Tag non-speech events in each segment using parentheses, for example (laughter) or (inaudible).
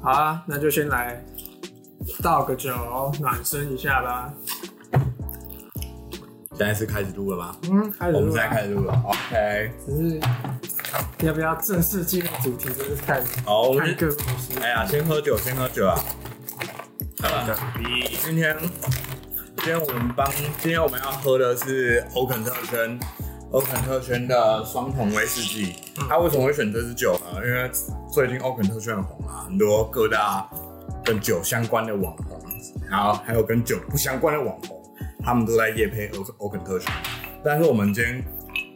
好啊，那就先来倒个酒，暖身一下吧。现在是开始录了吗？嗯，开始我们录现在了。开始录了，OK。只是要不要正式进入主题，就是看好，我看们各公司。哎呀，先喝酒，先喝酒啊！好了，今天今天我们帮今天我们要喝的是欧肯特轩欧肯特轩的双桶威士忌。嗯他、为什么会选这支酒呢？因为最近欧肯特轩很红啊，很多各大跟酒相关的网红，然后还有跟酒不相关的网红，他们都在夜配欧欧肯特轩。但是我们今天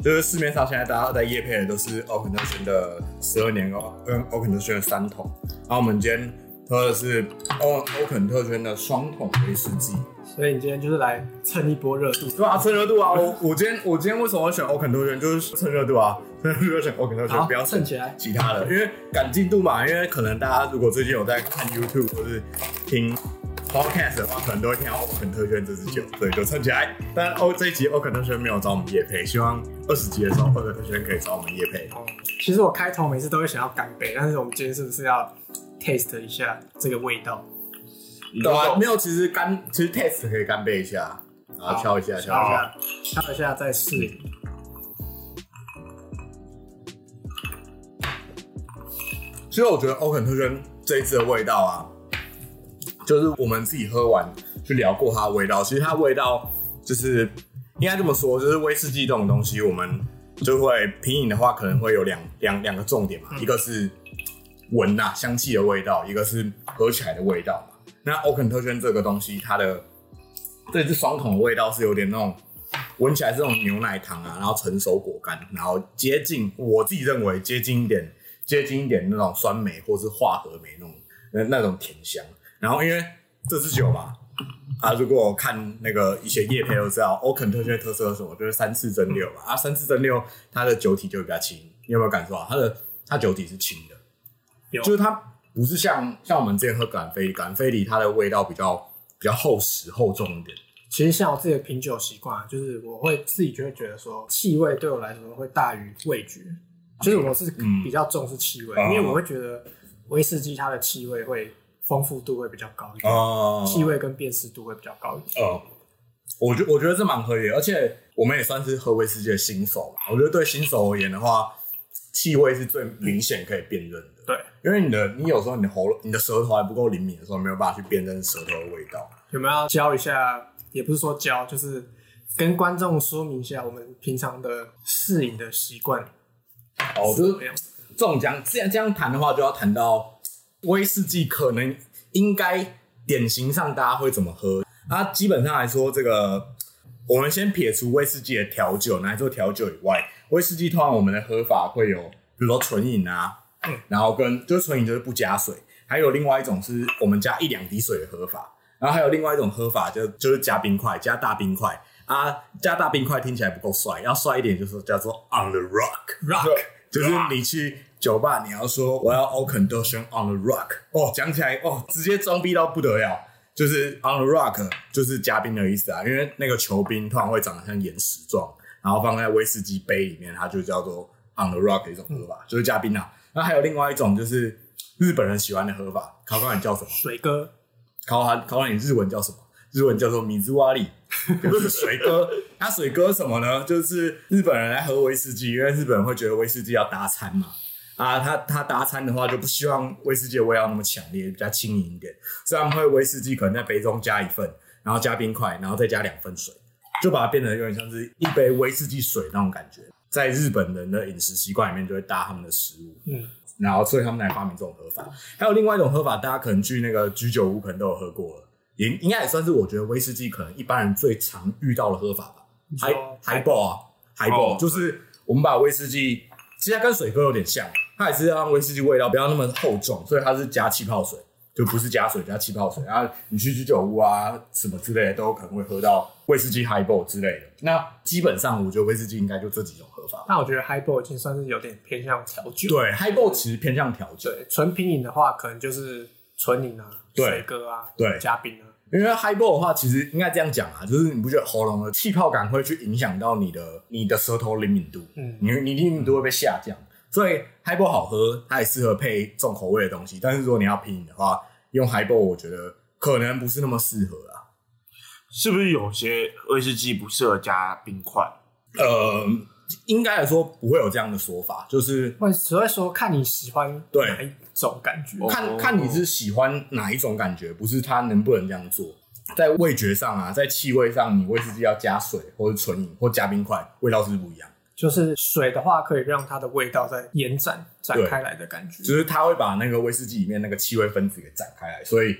就是市面上现在大家在夜配的都是欧肯特轩的十二年哦，跟欧肯特轩的三桶。然后我们今天喝的是欧欧肯特轩的双桶威士忌。所以你今天就是来蹭一波热度。对啊，趁热度啊！我我今天我今天为什么会选欧肯特轩，就是趁热度啊，趁热度选欧肯特轩，好不要，蹭起来。其他的，因为感进度嘛，因为可能大家如果最近有在看 YouTube 或是听 Podcast 的话，可能都会听到欧肯特轩这支酒，所以就蹭起来。但欧这一集欧肯特轩没有找我们叶配，希望二十集的时候欧肯特轩可以找我们叶配。哦，其实我开头每次都会想要干杯，但是我们今天是不是要 taste 一下这个味道？对啊，没有，其实干，其实 test 可以干杯一下，然后敲一下，敲一下。下，敲一下再试饮。其实我觉得欧肯特轩这一次的味道啊，就是我们自己喝完去聊过它的味道，其实它的味道就是应该这么说，就是威士忌这种东西，我们就会品饮的话，可能会有两两两个重点嘛，一个是闻呐、香气的味道，一个是喝起来的味道嘛。那欧肯特轩这个东西，它的这支双桶的味道是有点那种。闻起来是那种牛奶糖啊，然后成熟果干，然后接近我自己认为接近一点接近一点那种酸梅或是化合梅那种那那种甜香。然后因为这支酒嘛，啊，如果我看那个一些叶配都知道，欧肯特轩的特色是什么？就是三次蒸馏嘛。啊，三次蒸馏它的酒体就会比较轻，你有没有感受到它的它酒体是轻的？有就是它不是像像我们之前喝橄菲，橄菲里它的味道比较比较厚实厚重一点。其实像我自己的品酒习惯啊，就是我会自己就会觉得说，气味对我来说会大于味觉，就是我是嗯比较重视气味，哦因为我会觉得威士忌它的气味会丰富度会比较高一点，哦气味跟辨识度会比较高一点。呃，我觉我觉得这蛮合理的，而且我们也算是喝威士忌的新手嘛。我觉得对新手而言的话，气味是最明显可以辨认的。对，因为你的你有时候你的喉咙、你的舌头还不够灵敏的时候，没有办法去辨认舌头的味道。有没有要教一下？也不是说教，就是跟观众说明一下我们平常的适饮的习惯哦，是就怎么是样。这种讲这样这样谈的话，就要谈到威士忌可能应该典型上大家会怎么喝。啊，基本上来说，这个我们先撇除威士忌的调酒拿来做调酒以外，威士忌通常我们的喝法会有，比如说纯饮啊，然后跟就是纯饮就是不加水，还有另外一种是我们加一两滴水的喝法，然后还有另外一种喝法就就是加冰块，加大冰块啊，加大冰块听起来不够帅，要帅一点就是叫做 on the rock Rock 就是你去酒吧你要说我要 o k e n d o s h e n on the rock，哦，讲起来哦，直接装逼到不得了。就是 on the rock 就是加冰的意思啊，因为那个球冰通常会长得像岩石状，然后放在威士忌杯里面，它就叫做 on the rock 的一种喝法，就是加冰啊。那还有另外一种就是日本人喜欢的喝法，考考你叫什么？水哥考考考考你日文叫什么？日文叫做米兹瓦里，不是水哥。它水哥什么呢？就是日本人来喝威士忌，因为日本人会觉得威士忌要搭餐嘛。啊，他他搭餐的话就不希望威士忌的味道那么强烈，比较轻盈一点，所以他们会威士忌可能在杯中加一份，然后加冰块，然后再加两份水，就把它变得有点像是一杯威士忌水那种感觉。在日本人的饮食习惯里面，就会搭他们的食物。嗯，然后所以他们来发明这种喝法。还有另外一种喝法，大家可能去那个居酒屋可能都有喝过了，也应该也算是我觉得威士忌可能一般人最常遇到的喝法吧。说海海豹啊，海豹、哦就是我们把威士忌，其实它跟水哥有点像，它也是要让威士忌味道不要那么厚重，所以它是加气泡水，就不是加水加气泡水。然后你去居酒屋啊什么之类的，都有可能会喝到威士忌 highball 之类的。那基本上我觉得威士忌应该就这几种喝法。那我觉得 highball 已经算是有点偏向调酒。对，highball 其实偏向调酒。对，纯品饮的话，可能就是纯饮啊，对水哥啊，对加冰啊，因为 highball 的话，其实应该这样讲啊，就是你不觉得喉咙的气泡感会去影响到你的你的舌头灵敏度，嗯你你灵敏度会被下降，所以 highball 好喝，它也适合配重口味的东西。但是如果你要品饮的话，用 highball 我觉得可能不是那么适合啊。是不是有些威士忌不适合加冰块？呃，应该来说不会有这样的说法，就是会只会说看你喜欢对哪一种感觉。哦看看你是喜欢哪一种感觉，不是它能不能这样做。在味觉上啊，在气味上，你威士忌要加水或者纯饮或加冰块，味道是不一样。就是水的话，可以让它的味道再延展展开来的感觉。就是它会把那个威士忌里面那个气味分子给展开来，所以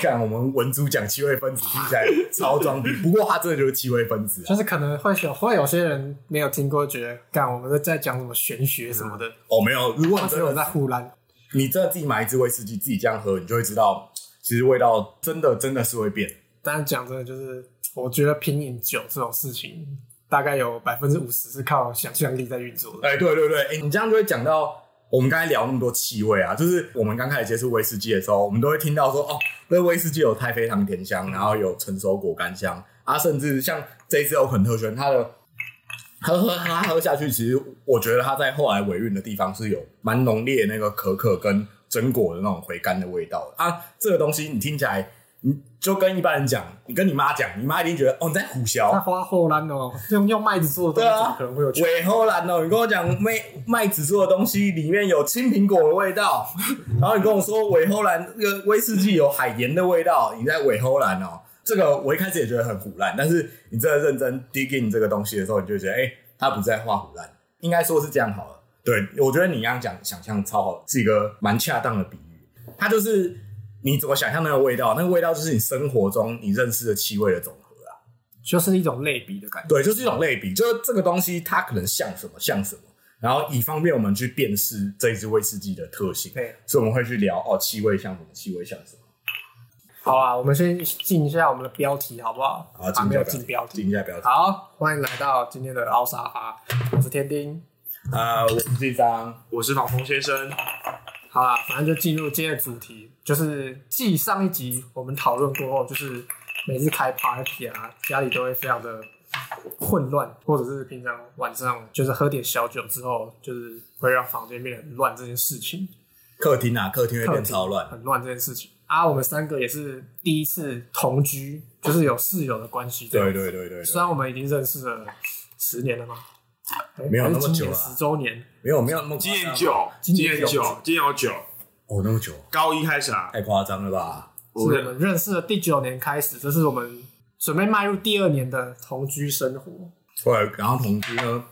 看我们文珠讲气味分子听起来超装逼，不过它真的就是气味分子、啊。就是可能会有会有些人没有听过，觉得干我们在讲什么玄学什么的，哦，没有，如果他你只真有在的胡乱。你真的自己买一支威士忌自己这样喝，你就会知道，其实味道真的真的是会变。但是讲真的，就是我觉得品饮酒这种事情，大概有百分之五十是靠想象力在运作的。哎、对对对，哎、你这样就会讲到我们刚才聊那么多气味啊，就是我们刚开始接触威士忌的时候，我们都会听到说，哦，那威士忌有太妃糖甜香，然后有成熟果干香啊，甚至像这一支欧肯特轩，它的喝喝它喝下去，其实我觉得它在后来尾韵的地方是有蛮浓烈那个可可跟榛果的那种回甘的味道的啊，这个东西你听起来。你就跟一般人讲，你跟你妈讲，你妈一定觉得哦你在胡那嚼，花后兰哦，用用麦子做的对东西，啊怎么可能会有酒。尾后兰哦，你跟我讲麦麦子做的东西里面有青苹果的味道，然后你跟我说尾后兰这个威士忌有海盐的味道，你在尾后兰哦，这个我一开始也觉得很胡乱，但是你真的认真 dig in 这个东西的时候，你就觉得哎、他不在画胡乱，应该说是这样好了。对，我觉得你刚刚讲想象超好，是一个蛮恰当的比喻，它就是你怎么想象那个味道，那个味道就是你生活中你认识的气味的总和啊。就是一种类比的感觉。对，就是一种类比，就是这个东西它可能像什么像什么，然后以方便我们去辨识这一支威士忌的特性。对，所以我们会去聊哦，气味像什么，气味像什么。好啊，我们先进一下我们的标题好不好？好啊，进一下没有标题进标题。定一下标题。好，欢迎来到今天的凹沙发，我是天丁。啊、我是这张，我是防风先生，好啦，反正就进入今天的主题，就是继上一集我们讨论过后，就是每次开 party 啊，家里都会非常的混乱，或者是平常晚上就是喝点小酒之后，就是会让房间变得很乱这件事情，客厅啊，客厅会变超乱。很乱这件事情啊，我们三个也是第一次同居，就是有室友的关系，这样对对对对虽对，然我们已经认识了十年了嘛，哎 (laughs) 没有还是那今么久年啊十周年，没有没有那么夸今张年九，今今年年九九，今年有九，哦，那么久，高一开始啊，太夸张了吧？是我们认识的第九年开始，这是我们准备迈入第二年的同居生活。对，然后同居呢，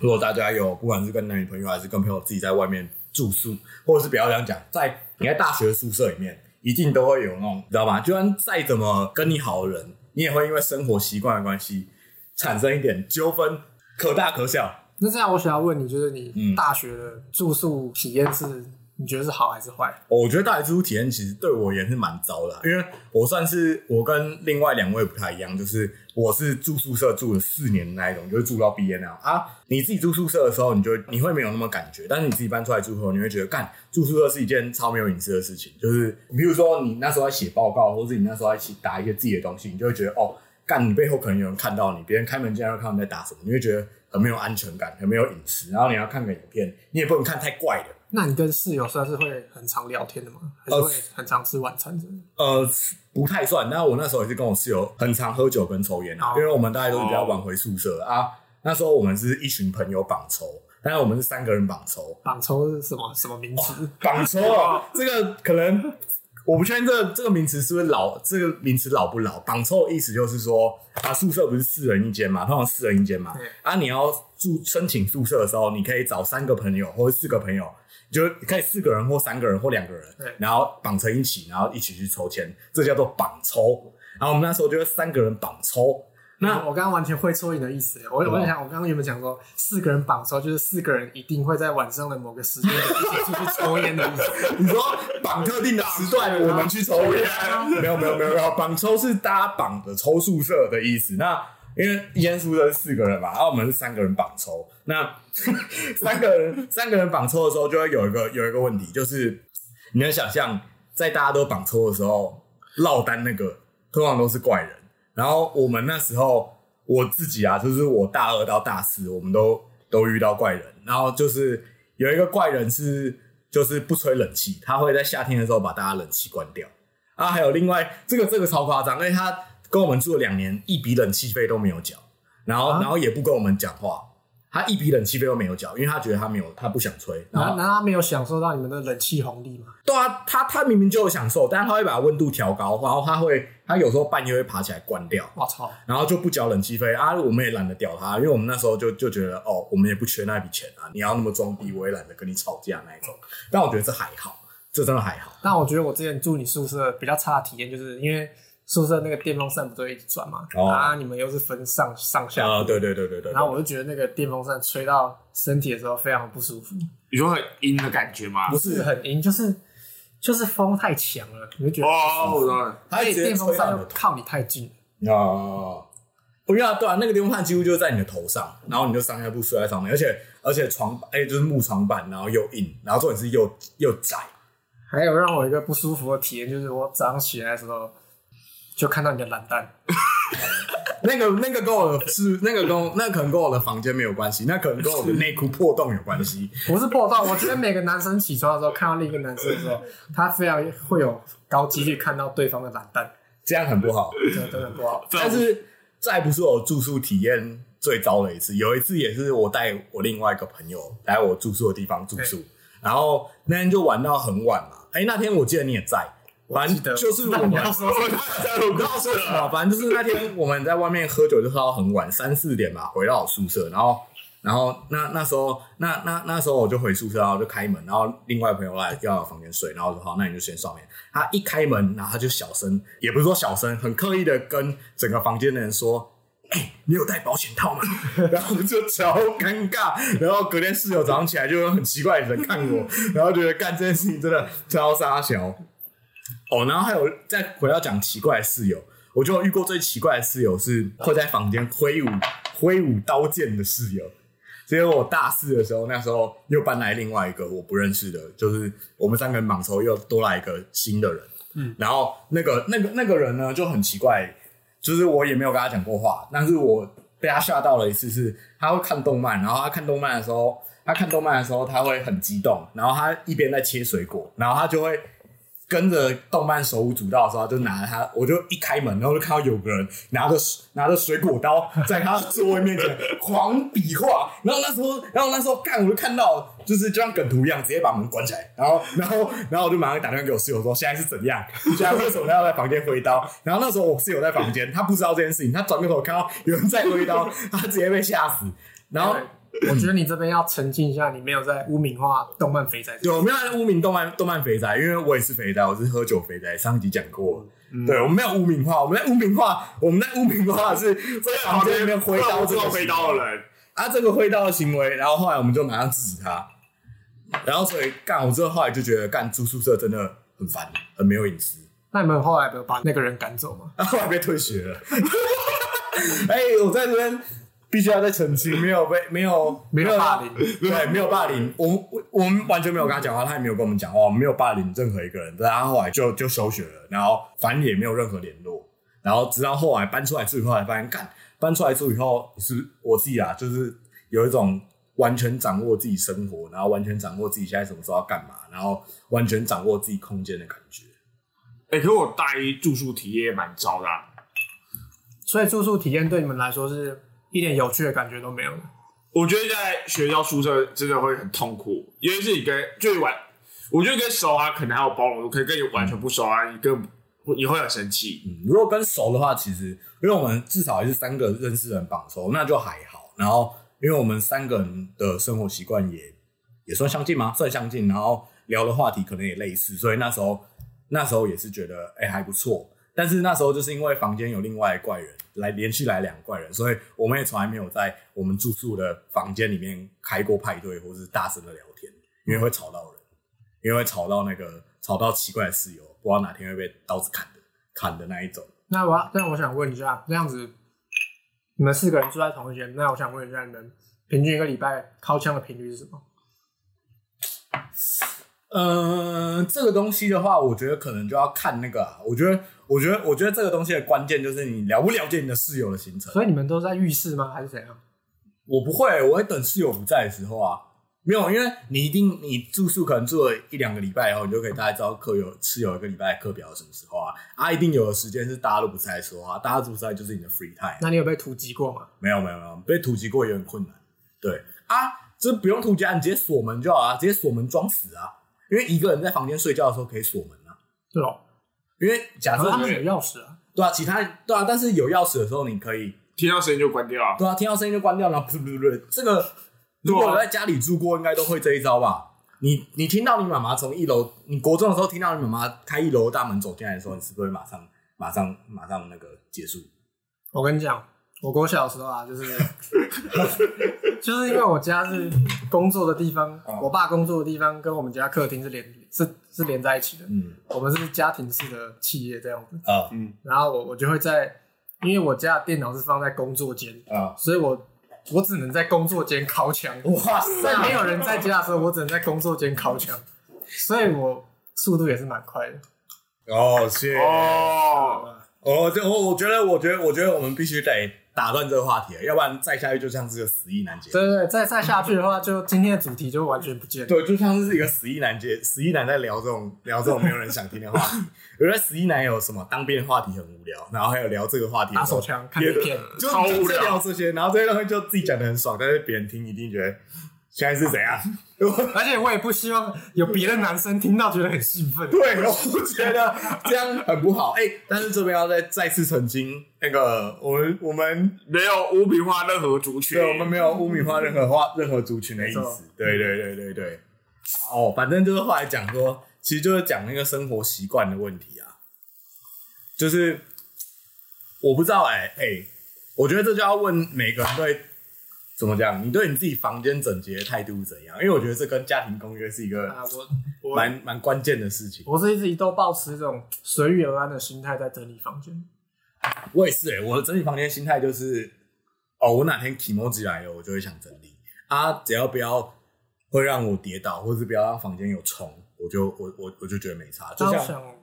如果大家有不管是跟男女朋友还是跟朋友自己在外面住宿，或者是不要这样讲，在你在大学宿舍里面，一定都会有那种，你知道吗？就算再怎么跟你好的人，你也会因为生活习惯的关系产生一点纠纷，可大可小。那这样，我想要问你，就是你嗯大学的住宿体验是、你觉得是好还是坏？哦我觉得大学住宿体验其实对我也是蛮糟的啊、因为我算是我跟另外两位不太一样，就是我是住宿舍住了四年的那一种，就是住到毕业那样啊。你自己住宿舍的时候，你就你会没有那么感觉，但是你自己搬出来住后，你会觉得干住宿舍是一件超没有隐私的事情。就是比如说你那时候在写报告，或者你那时候在写打一些自己的东西，你就会觉得哦，干你背后可能有人看到你，别人开门进来就看到你在打什么，你会觉得很没有安全感，很没有隐私。然后你要看个影片，你也不能看太怪的。那你跟室友算是会很常聊天的吗？还是呃会很常吃晚餐之类的？呃，不太算。但我那时候也是跟我室友很常喝酒跟抽烟啊哦，因为我们大概都是比较晚回宿舍啊。那时候我们是一群朋友绑抽，但是我们是三个人绑抽，绑抽是什么什么名 (laughs) 词？绑抽哦，这个可能我不确定这个这个名词是不是老，这个名词老不老？绑臭的意思就是说，啊，宿舍不是四人一间嘛，通常四人一间嘛对，啊，你要住申请宿舍的时候，你可以找三个朋友或者四个朋友，就是可以四个人或三个人或两个人对，然后绑成一起，然后一起去抽签，这叫做绑抽。然后我们那时候就是三个人绑抽，那哦我我刚刚完全会错你的意思，欸我什么我在想，我刚刚原本讲说四个人绑抽，就是四个人一定会在晚上的某个时间一起出去抽烟的意思。你说绑特定的时段，我们去抽烟？没有没有没有没有，绑抽是大家绑着抽宿舍的意思。那因为一间宿舍是四个人嘛，然啊后我们是三个人绑抽。那三个人三个人绑抽的时候，就会有一个有一个问题，就是你能想象，在大家都绑抽的时候，落单那个通常都是怪人。然后我们那时候我自己啊，就是我大二到大四，我们都都遇到怪人。然后就是有一个怪人是就是不吹冷气，他会在夏天的时候把大家冷气关掉。啊，还有另外这个这个超夸张，因为他跟我们住了两年，一笔冷气费都没有缴，然后、啊然后也不跟我们讲话，他一笔冷气费都没有缴，因为他觉得他没有他不想吹，然后难难道他没有享受到你们的冷气红利吗？对啊，他他明明就有享受，但是他会把温度调高，然后他会他有时候半夜会爬起来关掉，我操！然后就不交冷气费啊，我们也懒得屌他，因为我们那时候就就觉得哦，我们也不缺那笔钱啊，你要那么装逼，我也懒得跟你吵架那一种。但我觉得这还好，这真的还好。但我觉得我之前住你宿舍比较差的体验，就是因为宿舍那个电风扇不都会一直转嘛，哦啊，你们又是分上上下，啊，对对对对对然后对，我就觉得那个电风扇吹到身体的时候非常不舒服，你说很阴的感觉吗？不是是，很阴，就是就是风太强了，你就觉得哦，我知道了。他而直且接电风吹扇到你又的头靠你太近，啊。不要对啊，那个电风扇几乎就是在你的头上，然后你就上下铺睡在上面，而且而且床哎、就是木床板，然后又硬，然后重点是又又窄，还有让我一个不舒服的体验，就是我早上起来的时候就看到你的懒蛋，那个那个跟我的是那个跟我那可能跟我的房间没有关系，那可能跟我的内裤破洞有关系。不是破洞。我觉得每个男生起床的时候看到另一个男生的时候，他非常会有高几率看到对方的懒蛋，这样很不好。这个真的不好。但是这还不是我住宿体验最糟的一次，有一次也是我带我另外一个朋友来我住宿的地方住宿，然后那天就玩到很晚嘛。哎、那天我记得你也在，反记得正就是我那们你要说我在我告诉你，啊，反正就是那天我们在外面喝酒，就喝到很晚，三四点吧，回到我宿舍，然后，然后那那时候，那那那时候我就回宿舍，然后就开门，然后另外朋友来要我房间睡，然后我说好，那你就先上面。他一开门，然后他就小声，也不是说小声，很刻意的跟整个房间的人说。哎你有带保险套吗？ (laughs) 然后就超尴尬。然后隔天室友早上起来就有很奇怪的人看我，然后觉得干这件事情真的超傻小。哦，然后还有再回到讲奇怪的室友，我就遇过最奇怪的室友是会在房间挥舞挥舞刀剑的室友。所以我大四的时候，那时候又搬来另外一个我不认识的，就是我们三个人莽头又多来一个新的人。嗯，然后那个那个那个人呢就很奇怪，就是我也没有跟他讲过话，但是我被他吓到了一次是，他会看动漫，然后他看动漫的时候，他看动漫的时候他会很激动，然后他一边在切水果，然后他就会跟着动漫手舞足蹈的时候，他就拿着他，我就一开门，然后就看到有个人拿着拿着水果刀在他座位面前狂比划，然后那时候，然后那时候看我就看到，就是就像梗图一样，直接把门关起来，然后然后然后我就马上打电话给我室友说现在是怎样， (laughs) 现在为什么要在房间挥刀？然后那时候我室友在房间，他不知道这件事情，他转过头看到有人在挥刀，他直接被吓死，然后。对哦我觉得你这边要澄清一下，你没有在污名化动漫肥宅这件事。有没有在污名动漫动漫肥宅？因为我也是肥宅，我是喝酒肥宅，上一集讲过。对，我们没有污名化，我们在污名化，我们在污名化的是在房间里面挥刀这做个挥刀了的人，啊，这个挥刀的行为，然后后来我们就马上制止他，然后所以干，我之后后来就觉得干住宿舍真的很烦，很没有隐私，那你们后来有把那个人赶走吗？然后后来被退学了。 (laughs) 哎、我在这边必须要再澄清，没有被没有 (laughs) 没有霸凌，对，没有霸凌，我们我我们完全没有跟他讲话，他也没有跟我们讲话，我们没有霸凌任何一个人。但他后来就就休学了，然后反正也没有任何联络，然后直到后来搬出来住以后，才发现干搬出来住以后是我自己啊，就是有一种完全掌握自己生活，然后完全掌握自己现在什么时候要干嘛，然后完全掌握自己空间的感觉。哎、可是我大一住宿体验也蛮糟的、啊。所以住宿体验对你们来说是一点有趣的感觉都没有。我觉得在学校宿舍真的会很痛苦，尤其是你跟就是完，我觉得跟熟啊可能还有包容度，可是跟你完全不熟啊，你更你会很生气。嗯，如果跟熟的话，其实嗯因为我们至少也是三个认识人绑熟，那就还好。然后因为我们三个人的生活习惯也也算相近吗？算相近，然后聊的话题可能也类似，所以那时候那时候也是觉得哎、还不错。但是那时候就是因为房间有另外怪人来连续来两个怪人，所以我们也从来没有在我们住宿的房间里面开过派对或是大声的聊天，因为会吵到人，因为会吵到那个吵到奇怪的室友，不知道哪天会被刀子砍的砍的那一种。那我要那我想问一下，这样子你们四个人住在同一间，那我想问一下，你们平均一个礼拜掏枪的频率是什么？嗯，这个东西的话，我觉得可能就要看那个、啊。我觉得，我觉得，我觉得这个东西的关键就是你了不了解你的室友的行程。所以你们都在浴室吗？还是怎样？我不会，我会等室友不在的时候啊。没有，因为你一定你住宿可能住了一两个礼拜以后，你就可以大概知道课有是有一个礼拜的课表是什么时候啊。啊，一定有的时间是大家都不在说啊，大家都不在就是你的 free time。那你有被突击过吗？没有没有没有，被突击过有点困难。对啊，这不用突击啊，你直接锁门就好啊，直接锁门装死啊。因为一个人在房间睡觉的时候可以锁门啊。对哦，因为假可是设他们有钥匙啊。对啊，其他对啊，但是有钥匙的时候你可以听到声音就关掉啊。对啊，听到声音就关掉，然后 (laughs) 噗噗噗，这个如果有在家里住过，应该都会这一招吧？你你听到你妈妈从一楼，你国中的时候听到你妈妈开一楼大门走进来的时候，你是不是会马上马上马上那个结束？我跟你讲，我国小的时候啊，就是 (laughs) 就是因为我家是工作的地方，哦我爸工作的地方跟我们家客厅是连是是连在一起的，嗯我们是家庭式的企业这样子。啊然后我我就会在，因为我家的电脑是放在工作间，啊！所以我我只能在工作间敲墙。哇在没塞！有人在家的时候，我只能在工作间敲墙，所以我速度也是蛮快的。哦，谢哦，哦，这我我觉得，我觉得，我觉得我们必须得打断这个话题了，要不然再下去就像是个死意难解。对对对，再再下去的话，就今天的主题就完全不见了。对，就像是一个死意男节，死意男在聊这种聊这种没有人想听的话 (laughs) 题。我觉得死意男有什么当兵的话题很无聊，然后还有聊这个话题的打时候手枪看影片，就超无聊就在聊这些，然后这些东西就自己讲的很爽，但是别人听一定觉得现在是 (laughs) 怎样。而且我也不希望有别的男生听到觉得很兴奋。对，我觉得这样很不好。哎、但是这边要再再次澄清，那个我们我们没有污名化任何族群。对，我们没有污名化任何 (laughs) 话、任何族群的意没错思。对对对对对。哦，反正就是后来讲说，其实就是讲那个生活习惯的问题啊，就是我不知道哎、哎、我觉得这就要问每个人对怎么讲，你对你自己房间整洁的态度是怎样？因为我觉得这跟家庭公约是一个啊，我我蛮蛮关键的事情。我是一直都保持这种随遇而安的心态在整理房间。我也是哎、我的整理房间心态就是，哦，我哪天 emoji 来了，我就会想整理啊，只要不要会让我跌倒，或是不要让房间有虫，我就我我我就觉得没差。就那我像想，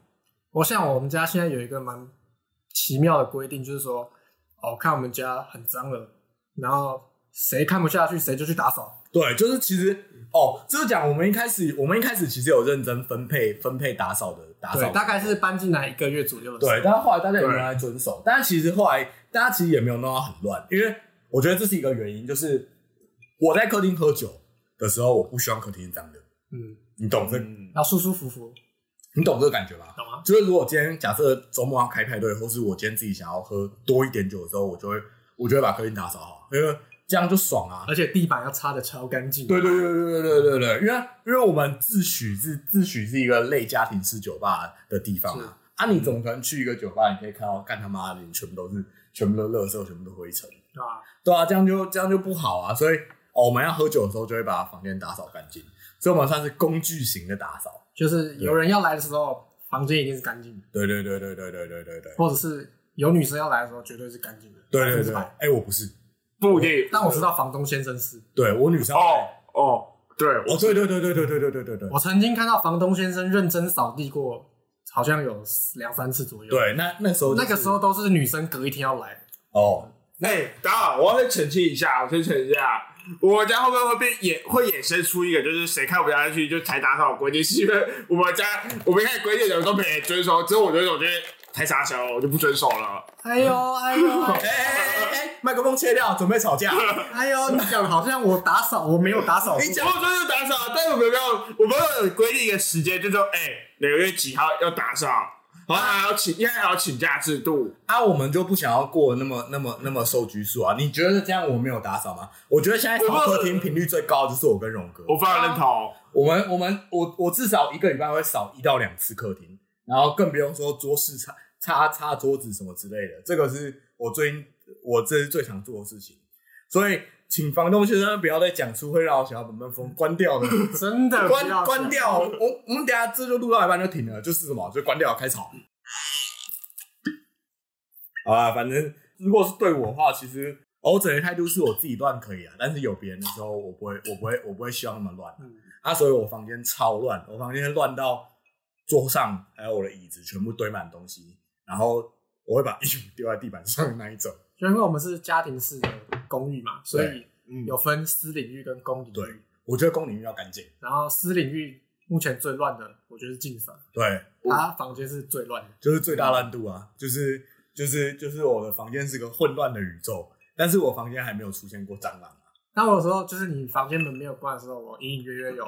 我想我们家现在有一个蛮奇妙的规定，就是说，哦，看我们家很脏了，然后谁看不下去谁就去打扫。对，就是其实哦，就是讲我们一开始，我们一开始其实有认真分配分配打扫的打扫对，的，大概是搬进来一个月左右的时候。对，但是后来大家也没有来遵守，但是其实后来大家其实也没有弄到很乱，因为我觉得这是一个原因，就是我在客厅喝酒的时候，我不希望客厅是脏的，嗯，你懂这、嗯要舒舒服服，你懂这个感觉吧？懂吗？就是如果今天假设周末要开派对，或是我今天自己想要喝多一点酒的时候，我就会我就会把客厅打扫好，因为这样就爽啊。而且地板要擦的超干净。对对对对对对对对，因为因为我们自诩是自诩是一个类家庭式酒吧的地方啊，啊，你怎么可能去一个酒吧，你可以看到干他妈的，你全部都是全部都垃圾，全部都灰尘，啊，对啊，这样就这样就不好啊。所以、哦、我们要喝酒的时候，就会把房间打扫干净，所以我们算是工具型的打扫。就是有人要来的时候，房间一定是干净的，对对对对对对对对对或者是有女生要来的时候，绝对是干净的。对100%对对，哎、我不是。不一定。但我知道房东先生是，对我女生哦哦，对，哦，对对对对对对对对对对我曾经看到房东先生认真扫地过，好像有两三次左右。对，那那时候就是那个时候都是女生隔一天要来，哦，哎，等会我要先澄清一下，我先澄清一下，我家会不会会变衍会衍生出一个，就是谁看不下去就才打扫的规定，是因为我们家我们一开始规定人都没人遵守，只有我遵守，就是太傻小了，我就不遵守了。哎呦哎呦哎哎哎哎，麦克风切掉，准备吵 (laughs) 架。哎呦，你讲好像我打扫，我没有打扫过，哎你讲我就是打扫，但是我们没有，我们有规定一个时间，就说哎、哪个月几号要打扫，然后还要请，因为还有请假制度。啊，我们就不想要过那么那么那么受拘束啊？你觉得这样我没有打扫吗？我觉得现在扫客厅频率最高的就是我跟荣哥，我非常认同，哦我们我们我我至少一个礼拜会扫一到两次客厅，然后更不用说桌饰擦擦擦桌子什么之类的，这个是我最近我这是最常做的事情，所以请房东先生不要再讲出会让我想要把麦克风关掉 (laughs) 的真的不要关讲关。掉，我我们等下这就录到一半就停了，就是什么就关掉开吵。好啊，反正如果是对我的话，其实哦我整个态度是我自己乱可以啊，但是有别人的时候，我不会，我不会，我不会希望那么乱嗯啊，所以我房间超乱，我房间乱到桌上还有我的椅子全部堆满东西，然后我会把衣服丢在地板上的那一种。就因为我们是家庭式的公寓嘛，所以嗯有分私领域跟公领对域。我觉得公领域要干净。然后私领域目前最乱的，我觉得是进粉，对，他房间是最乱的。就是最大烂度啊，就是就是就是我的房间是个混乱的宇宙，但是我房间还没有出现过蟑螂啊。那我有时候就是你房间门没有关的时候，我隐隐约约有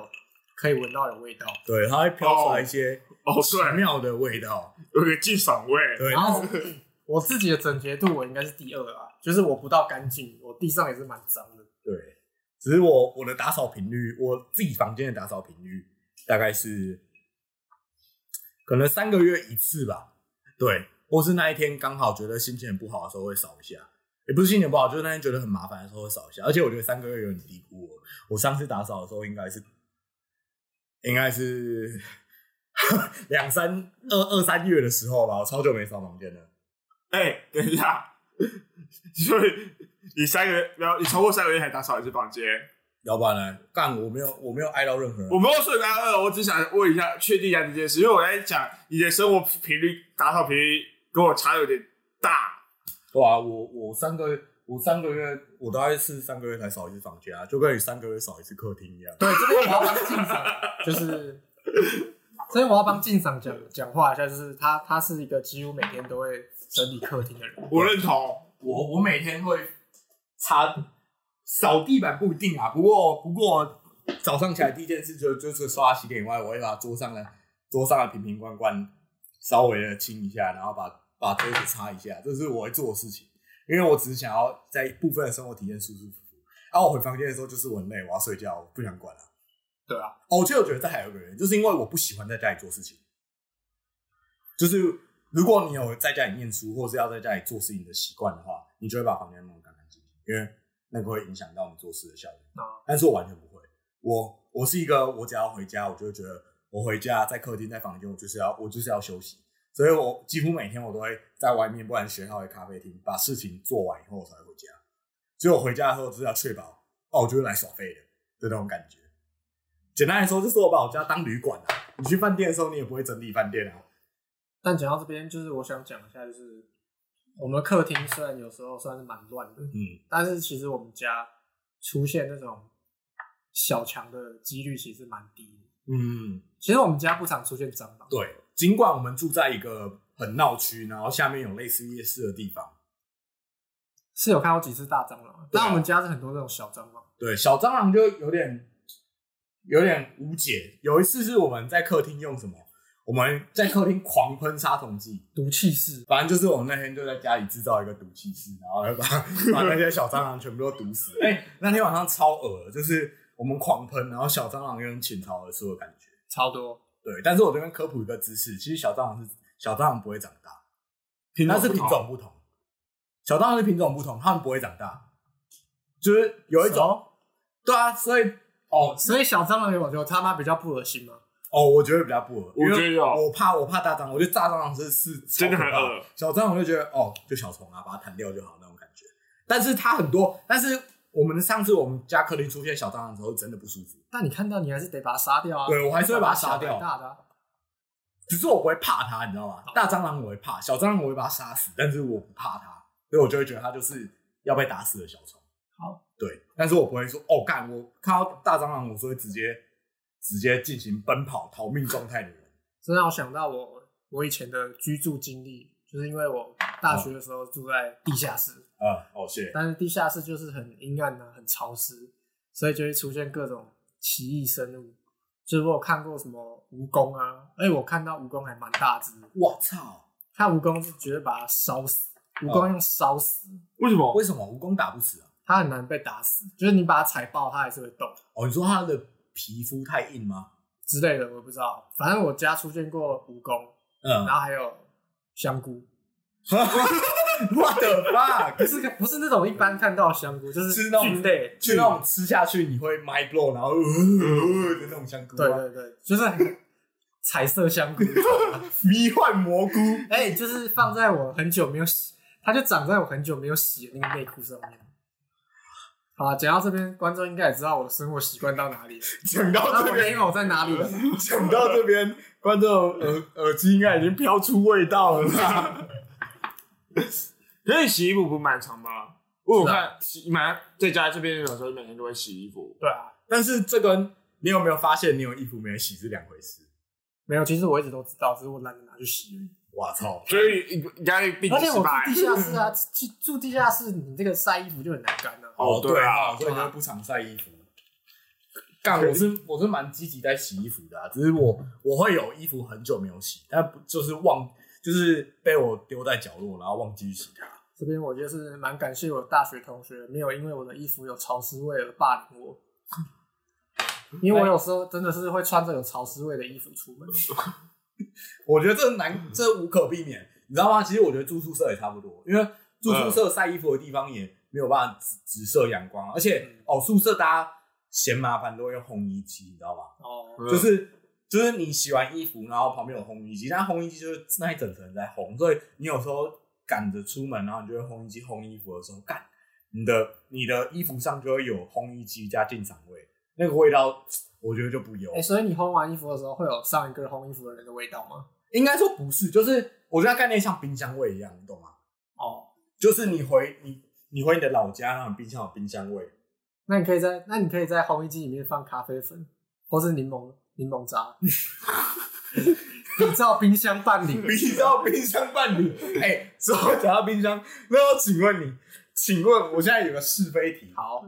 可以闻到有味道，对，它会飘出来一些哦，奇对，妙的味道。有个巨爽味，对，然后我自己的整洁度我应该是第二啊，就是我不到干净，我地上也是蛮脏的。对，只是我我的打扫频率，我自己房间的打扫频率大概是可能三个月一次吧。对，或是那一天刚好觉得心情很不好的时候会扫一下，也不是心情不好，就是那天觉得很麻烦的时候会扫一下。而且我觉得三个月有点低估我，我上次打扫的时候应该是应该是 (laughs) 两三二二三月的时候了，我超久没扫房间了。哎、等一下， (laughs) 所以你三个月，然后你超过三个月才打扫一次房间。要不然呢？干，我没有，我没有挨到任何人。我没有说你们二，我只想问一下，确定一下这件事，因为我在讲你的生活频率、打扫频率跟我差有点大。对啊，我我三个我三个月，我大概是三个月才扫一次房间啊，就跟你三个月扫一次客厅一样。对，这边我要帮进赏，就是，所以我要帮进赏讲讲话一下，就是他他是一个几乎每天都会整理客厅的人，我认同，我我每天会擦扫地板不一定啊，不过不过早上起来第一件事就就是刷牙洗脸以外，我会把桌上的桌上的瓶瓶罐罐稍微的清一下，然后把把桌子擦一下，这是我会做的事情，因为我只是想要在部分的生活体验舒舒服服。然、后我回房间的时候就是我很累，我要睡觉，我不想管了、对啊，哦，我就有觉得这还有一个原因，就是因为我不喜欢在家里做事情。就是如果你有在家里念书，或是要在家里做事情的习惯的话，你就会把房间弄得干干净净，因为那个会影响到你做事的效率。啊但是我完全不会，我我是一个，我只要回家，我就会觉得我回家在客厅在房间，我就是要我就是要休息，所以我几乎每天我都会在外面，不然学校的咖啡厅把事情做完以后我才会回家。所以我回家的时候就是要确保，哦，我就是来耍废的的那种感觉。简单来说，就是我把我家当旅馆啊。你去饭店的时候，你也不会整理饭店啊。但讲到这边，就是我想讲一下，就是我们的客厅虽然有时候算是蛮乱的，嗯，但是其实我们家出现那种小强的几率其实蛮低的。嗯，其实我们家不常出现蟑螂，对。尽管我们住在一个很闹区，然后下面有类似夜市的地方，是有看到几次大蟑螂，对啊但我们家是很多那种小蟑螂。对小蟑螂就有点有点无解。有一次是我们在客厅用什么？我们在客厅狂喷杀虫剂，毒气室，反正就是我们那天就在家里制造一个毒气室，然后把把那些小蟑螂全部都毒死。哎、那天晚上超恶的，就是我们狂喷，然后小蟑螂有点倾巢而出的感觉。超多。对，但是我这边科普一个知识，其实小蟑螂是小蟑螂不会长大，品它是品种不同。小蟑螂是品种不同，它们不会长大，就是有一种，对啊，所以哦所以小蟑螂有我觉得他妈比较不恶心嘛。哦，我觉得比较不恶，我觉得因为我怕我怕大蟑螂，我觉得大蟑螂是是真的很超可怕恶小蟑螂我就觉得哦，就小虫啊，把它弹掉就好那种感觉。但是它很多，但是我们上次我们家客厅出现小蟑螂的时候，真的不舒服。但你看到你还是得把它杀掉啊。对我还是会把它杀掉小孩大的啊、只是我不会怕它，你知道吗？大蟑螂我会怕，小蟑螂我会把它杀死，但是我不怕它，所以我就会觉得它就是要被打死的小虫。好，对，但是我不会说哦，干，我看到大蟑螂，我是会直接直接进行奔跑逃命状态的人。这让我想到我我以前的居住经历，就是因为我大学的时候住在地下室，啊、哦，谢谢。但是地下室就是很阴暗啊，很潮湿，所以就会出现各种奇异生物。就是我有看过什么蜈蚣啊，而且我看到蜈蚣还蛮大只的，我操！看蜈蚣是绝对把它烧死，蜈蚣用烧死，为什么？为什么蜈蚣打不死啊？它很难被打死，就是你把它踩爆，它还是会动。哦，你说它的皮肤太硬吗？之类的，我也不知道。反正我家出现过蜈蚣，嗯 (laughs) 然后还有香菇， ，What the fuck？不是不是那种一般看到的香菇，就是是那种菌类，就那种吃下去你会 mind blow，然后呃呃呃的那种香菇对吗？对对，就是很彩色香菇。 (laughs) 迷幻蘑菇。啊哎、就是放在我很久没有洗，它就长在我很久没有洗的那个内裤上面。好啊，讲到这边，观众应该也知道我的生活习惯到哪里了，讲到那这我边没，有在哪里了。讲到这边，观众耳耳机应该已经飘出味道了 (laughs) 吧？所以洗衣服不是蛮长吗？因为我是啊看洗买在家这边有时候每天都会洗衣服，对啊，但是这跟你有没有发现你有衣服没洗是两回事。没有，其实我一直都知道，只是我懒得拿去洗而已。哇操！所以压力毕而竟且失我住败地。下室啊， (laughs) 住住地下室，你这个晒衣服就很难干了、哦对啊所以你就不常晒衣服。干，我是我是蛮积极在洗衣服的、啊，只是我我会有衣服很久没有洗，但不就是忘，就是被我丢在角落，然后忘记洗它。这边我就是蛮感谢我的大学同学，没有因为我的衣服有潮湿味而霸凌我。因为我有时候真的是会穿着有潮湿味的衣服出门，我觉得这难，这无可避免，你知道吗？其实我觉得住宿舍也差不多，因为住宿舍晒衣服的地方也没有办法直直射阳光，而且嗯哦，宿舍大家嫌麻烦都会用烘衣机，你知道吗？嗯哦，就是就是你洗完衣服，然后旁边有烘衣机，但烘衣机就是那一整层在烘，所以你有时候赶着出门，然后你就会烘衣机烘衣服的时候，干你的你的衣服上就会有烘衣机加净赏味，那个味道我觉得就不优。哎、所以你烘完衣服的时候会有上一个烘衣服的人的味道吗？应该说不是，就是我觉得它概念像冰箱味一样，你懂吗？哦，就是你回你你回你的老家，然后你冰箱有冰箱味，那你可以在那你可以在烘衣机里面放咖啡粉或是柠檬柠檬渣， (laughs) 比照冰箱办理。 (laughs) 你知道冰箱伴侣？ (laughs) 哎、说讲到冰箱，那要请问你，请问我现在有个是非题，好，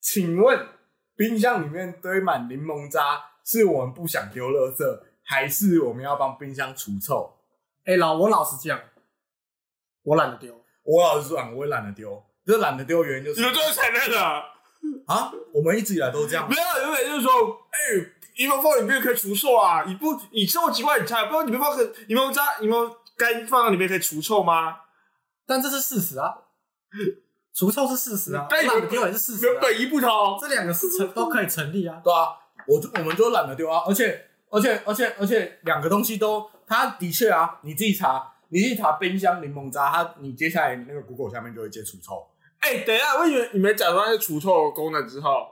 请问冰箱里面堆满柠檬渣，是我们不想丢垃圾，还是我们要帮冰箱除臭？哎、老我老实讲，我懒得丢。我老实讲，我也懒得丢，这懒得丢的原因就是你们就是承认了，啊，我们一直以来都这样没。有，原本就是说，哎、柠檬放里面可以除臭啊！你不，你生活习惯很差，不知道你们放个柠檬渣、柠檬干放到里面可以除臭吗？但这是事实啊，除臭是事实啊，嗯但你懒们得丢也是事实、原啊，本一不同，这两个是成都可以成立啊。对啊，我就我们就懒得丢啊，而且而且而且而且两个东西都，它的确啊，你自己查，你自己查冰箱柠檬渣，它你接下来那个 Google 下面就会接除臭。哎、等一下，我以为你们讲出那个除臭的功能之后，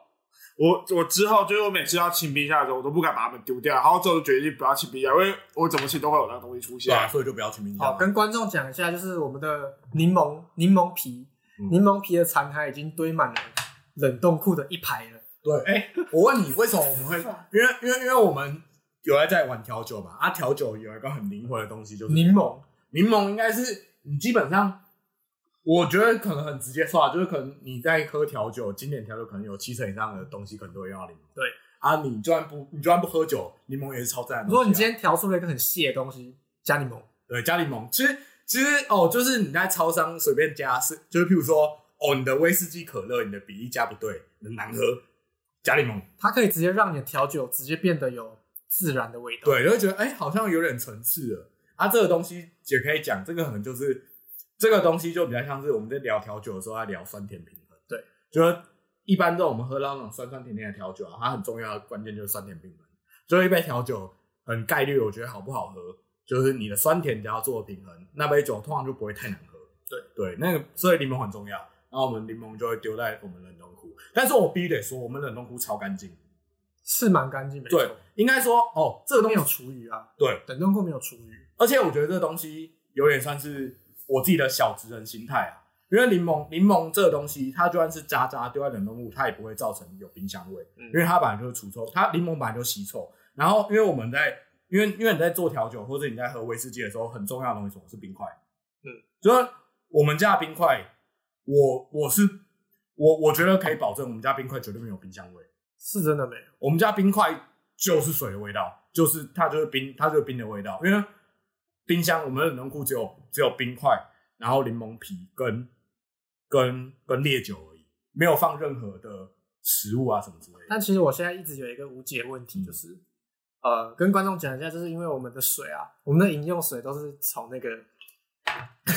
我我之后就是我每次要清冰箱的时候，我都不敢把它们丢掉，然后之后就决定不要清冰箱，因为我怎么清都会有那个东西出现。所以就不要去冰箱好，啊。跟观众讲一下，就是我们的柠檬柠檬皮，嗯柠檬皮的残骸已经堆满了冷冻库的一排了。对，哎、我问你，为什么我 (laughs) 们会？因为因为因为我们有人在玩调酒嘛，啊，调酒有一个很灵魂的东西，就是柠檬，柠檬，应该是你基本上，我觉得可能很直接说啊，就是可能你在喝调酒，经典调酒可能有七成以上的东西可能都会用到柠檬。对啊，你就算不你就算不喝酒，柠檬也是超赞的东西啊、如果你今天调出了一个很细的东西，加柠檬，对加柠檬，其实其实哦，就是你在超商随便加是，就是譬如说哦，你的威士忌可乐你的比例加不对，很难喝，加柠檬。它可以直接让你的调酒直接变得有自然的味道。，对，就会觉得哎、好像有点层次了。啊，这个东西也可以讲，这个可能就是这个东西就比较像是我们在聊调酒的时候在聊酸甜平衡。对，就是一般这种我们喝到那种酸酸甜甜的调酒啊，它很重要的关键就是酸甜平衡。所以一杯调酒很概率，我觉得好不好喝，就是你的酸甜只要做平衡，那杯酒通常就不会太难喝。对对，那个所以柠檬很重要。然后我们柠檬就会丢在我们冷冻库，但是我必须得说，我们冷冻库超干净。是蛮干净，没错对，，应该说哦，这个没东有西厨余啊，对，冷冻库没有厨余。而且我觉得这东西有点算是我自己的小职人心态啊，因为柠檬柠檬这个东西，它就算是渣渣丢在冷冻库，它也不会造成有冰箱味，嗯因为它本来就是除臭，它柠檬本来就吸臭。然后因为我们在因为因为你在做调酒或者你在喝威士忌的时候，很重要的东西什么是冰块，嗯，所以我们家的冰块，我我是我我觉得可以保证，我们家冰块绝对没有冰箱味。是真的没有，我们家冰块就是水的味道，就是它就是冰，它就是冰的味道。因为冰箱我们的冷冻库只有只有冰块，然后柠檬皮跟跟跟烈酒而已，没有放任何的食物啊什么之类的。但其实我现在一直有一个无解问题，嗯就是呃，跟观众讲一下，就是因为我们的水啊，我们的饮用水都是从那个 (laughs)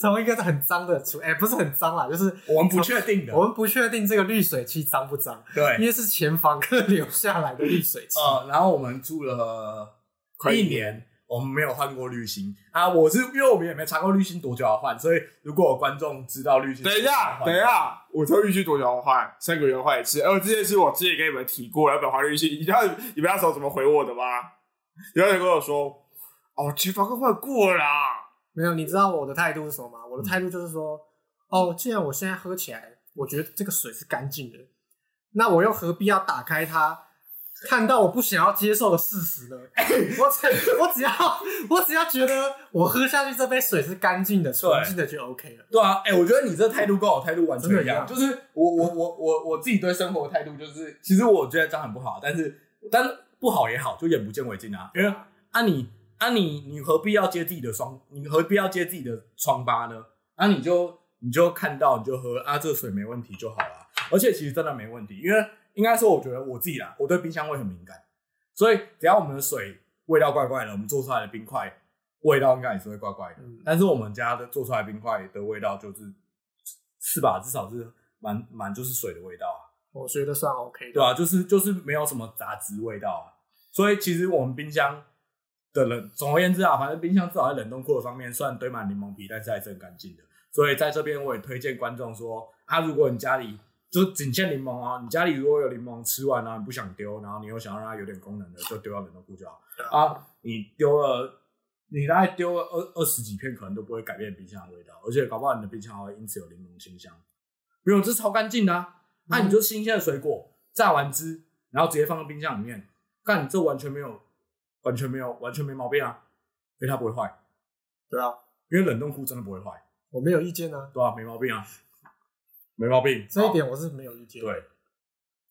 从一个很脏的厨，哎、不是很脏啦，就是我们不确定的，我们不确定这个滤水器脏不脏，因对，为是前房客 (laughs) 留下来的滤水器。呃，然后我们住了快一一年。我们没有换过滤芯啊！我是因为我们也没查过滤芯多久要换，所以如果有观众知道滤芯，等一下，等一，下，我知道浴室多久要换，三个月要换一次。而哎这件事我之前跟你们提过，要不要换浴室？你知道你们那时候怎么回我的吗？有人跟我说：“哦，前房客换过了啦。没有，你知道我的态度是什么吗？嗯我的态度就是说，哦，既然我现在喝起来，我觉得这个水是干净的，那我又何必要打开它，看到我不想要接受的事实呢？ (laughs) 我只我只要我只要觉得我喝下去这杯水是干净的、纯净的就 OK 了。对啊，哎、我觉得你这态度跟我态度完全一样，真就是我我我我我自己对生活的态度就是，其实我觉得这样很不好，啊但是但是不好也好，就眼不见为净啊，因为啊你啊你你何必要揭自己的双，你何必要揭自己的疮疤呢？啊你就你就看到你就喝啊这水没问题就好了，啊而且其实真的没问题，因为应该说我觉得我自己啦，我对冰箱味很敏感，所以只要我们的水味道怪怪的，我们做出来的冰块味道应该也是会怪怪的。嗯但是我们家的做出来冰块的味道就是是吧？至少是蛮蛮就是水的味道啊，我觉得算 OK 对的。吧、就是就是没有什么杂质味道啊。所以其实我们冰箱的冷，总而言之啊，反正冰箱至少在冷冻库的方面，虽然堆满柠檬皮，但是还是很干净的。所以在这边我也推荐观众说啊，如果你家里就是仅限柠檬啊，你家里如果有柠檬吃完啊，你不想丢，然后你又想要让它有点功能的，就丢到冷冻库就好。啊，你丢了，你大概丢了二二十几片，可能都不会改变冰箱的味道，而且搞不好你的冰箱还会因此有柠檬清香。没有，这超干净的、啊。那、嗯你就新鲜的水果榨完汁，然后直接放到冰箱里面，干这完全没有，完全没有，完全没毛病啊，因为它不会坏，对啊，因为冷冻库真的不会坏，我没有意见啊，对吧、没毛病啊，没毛病。这一点我是没有意见。，对，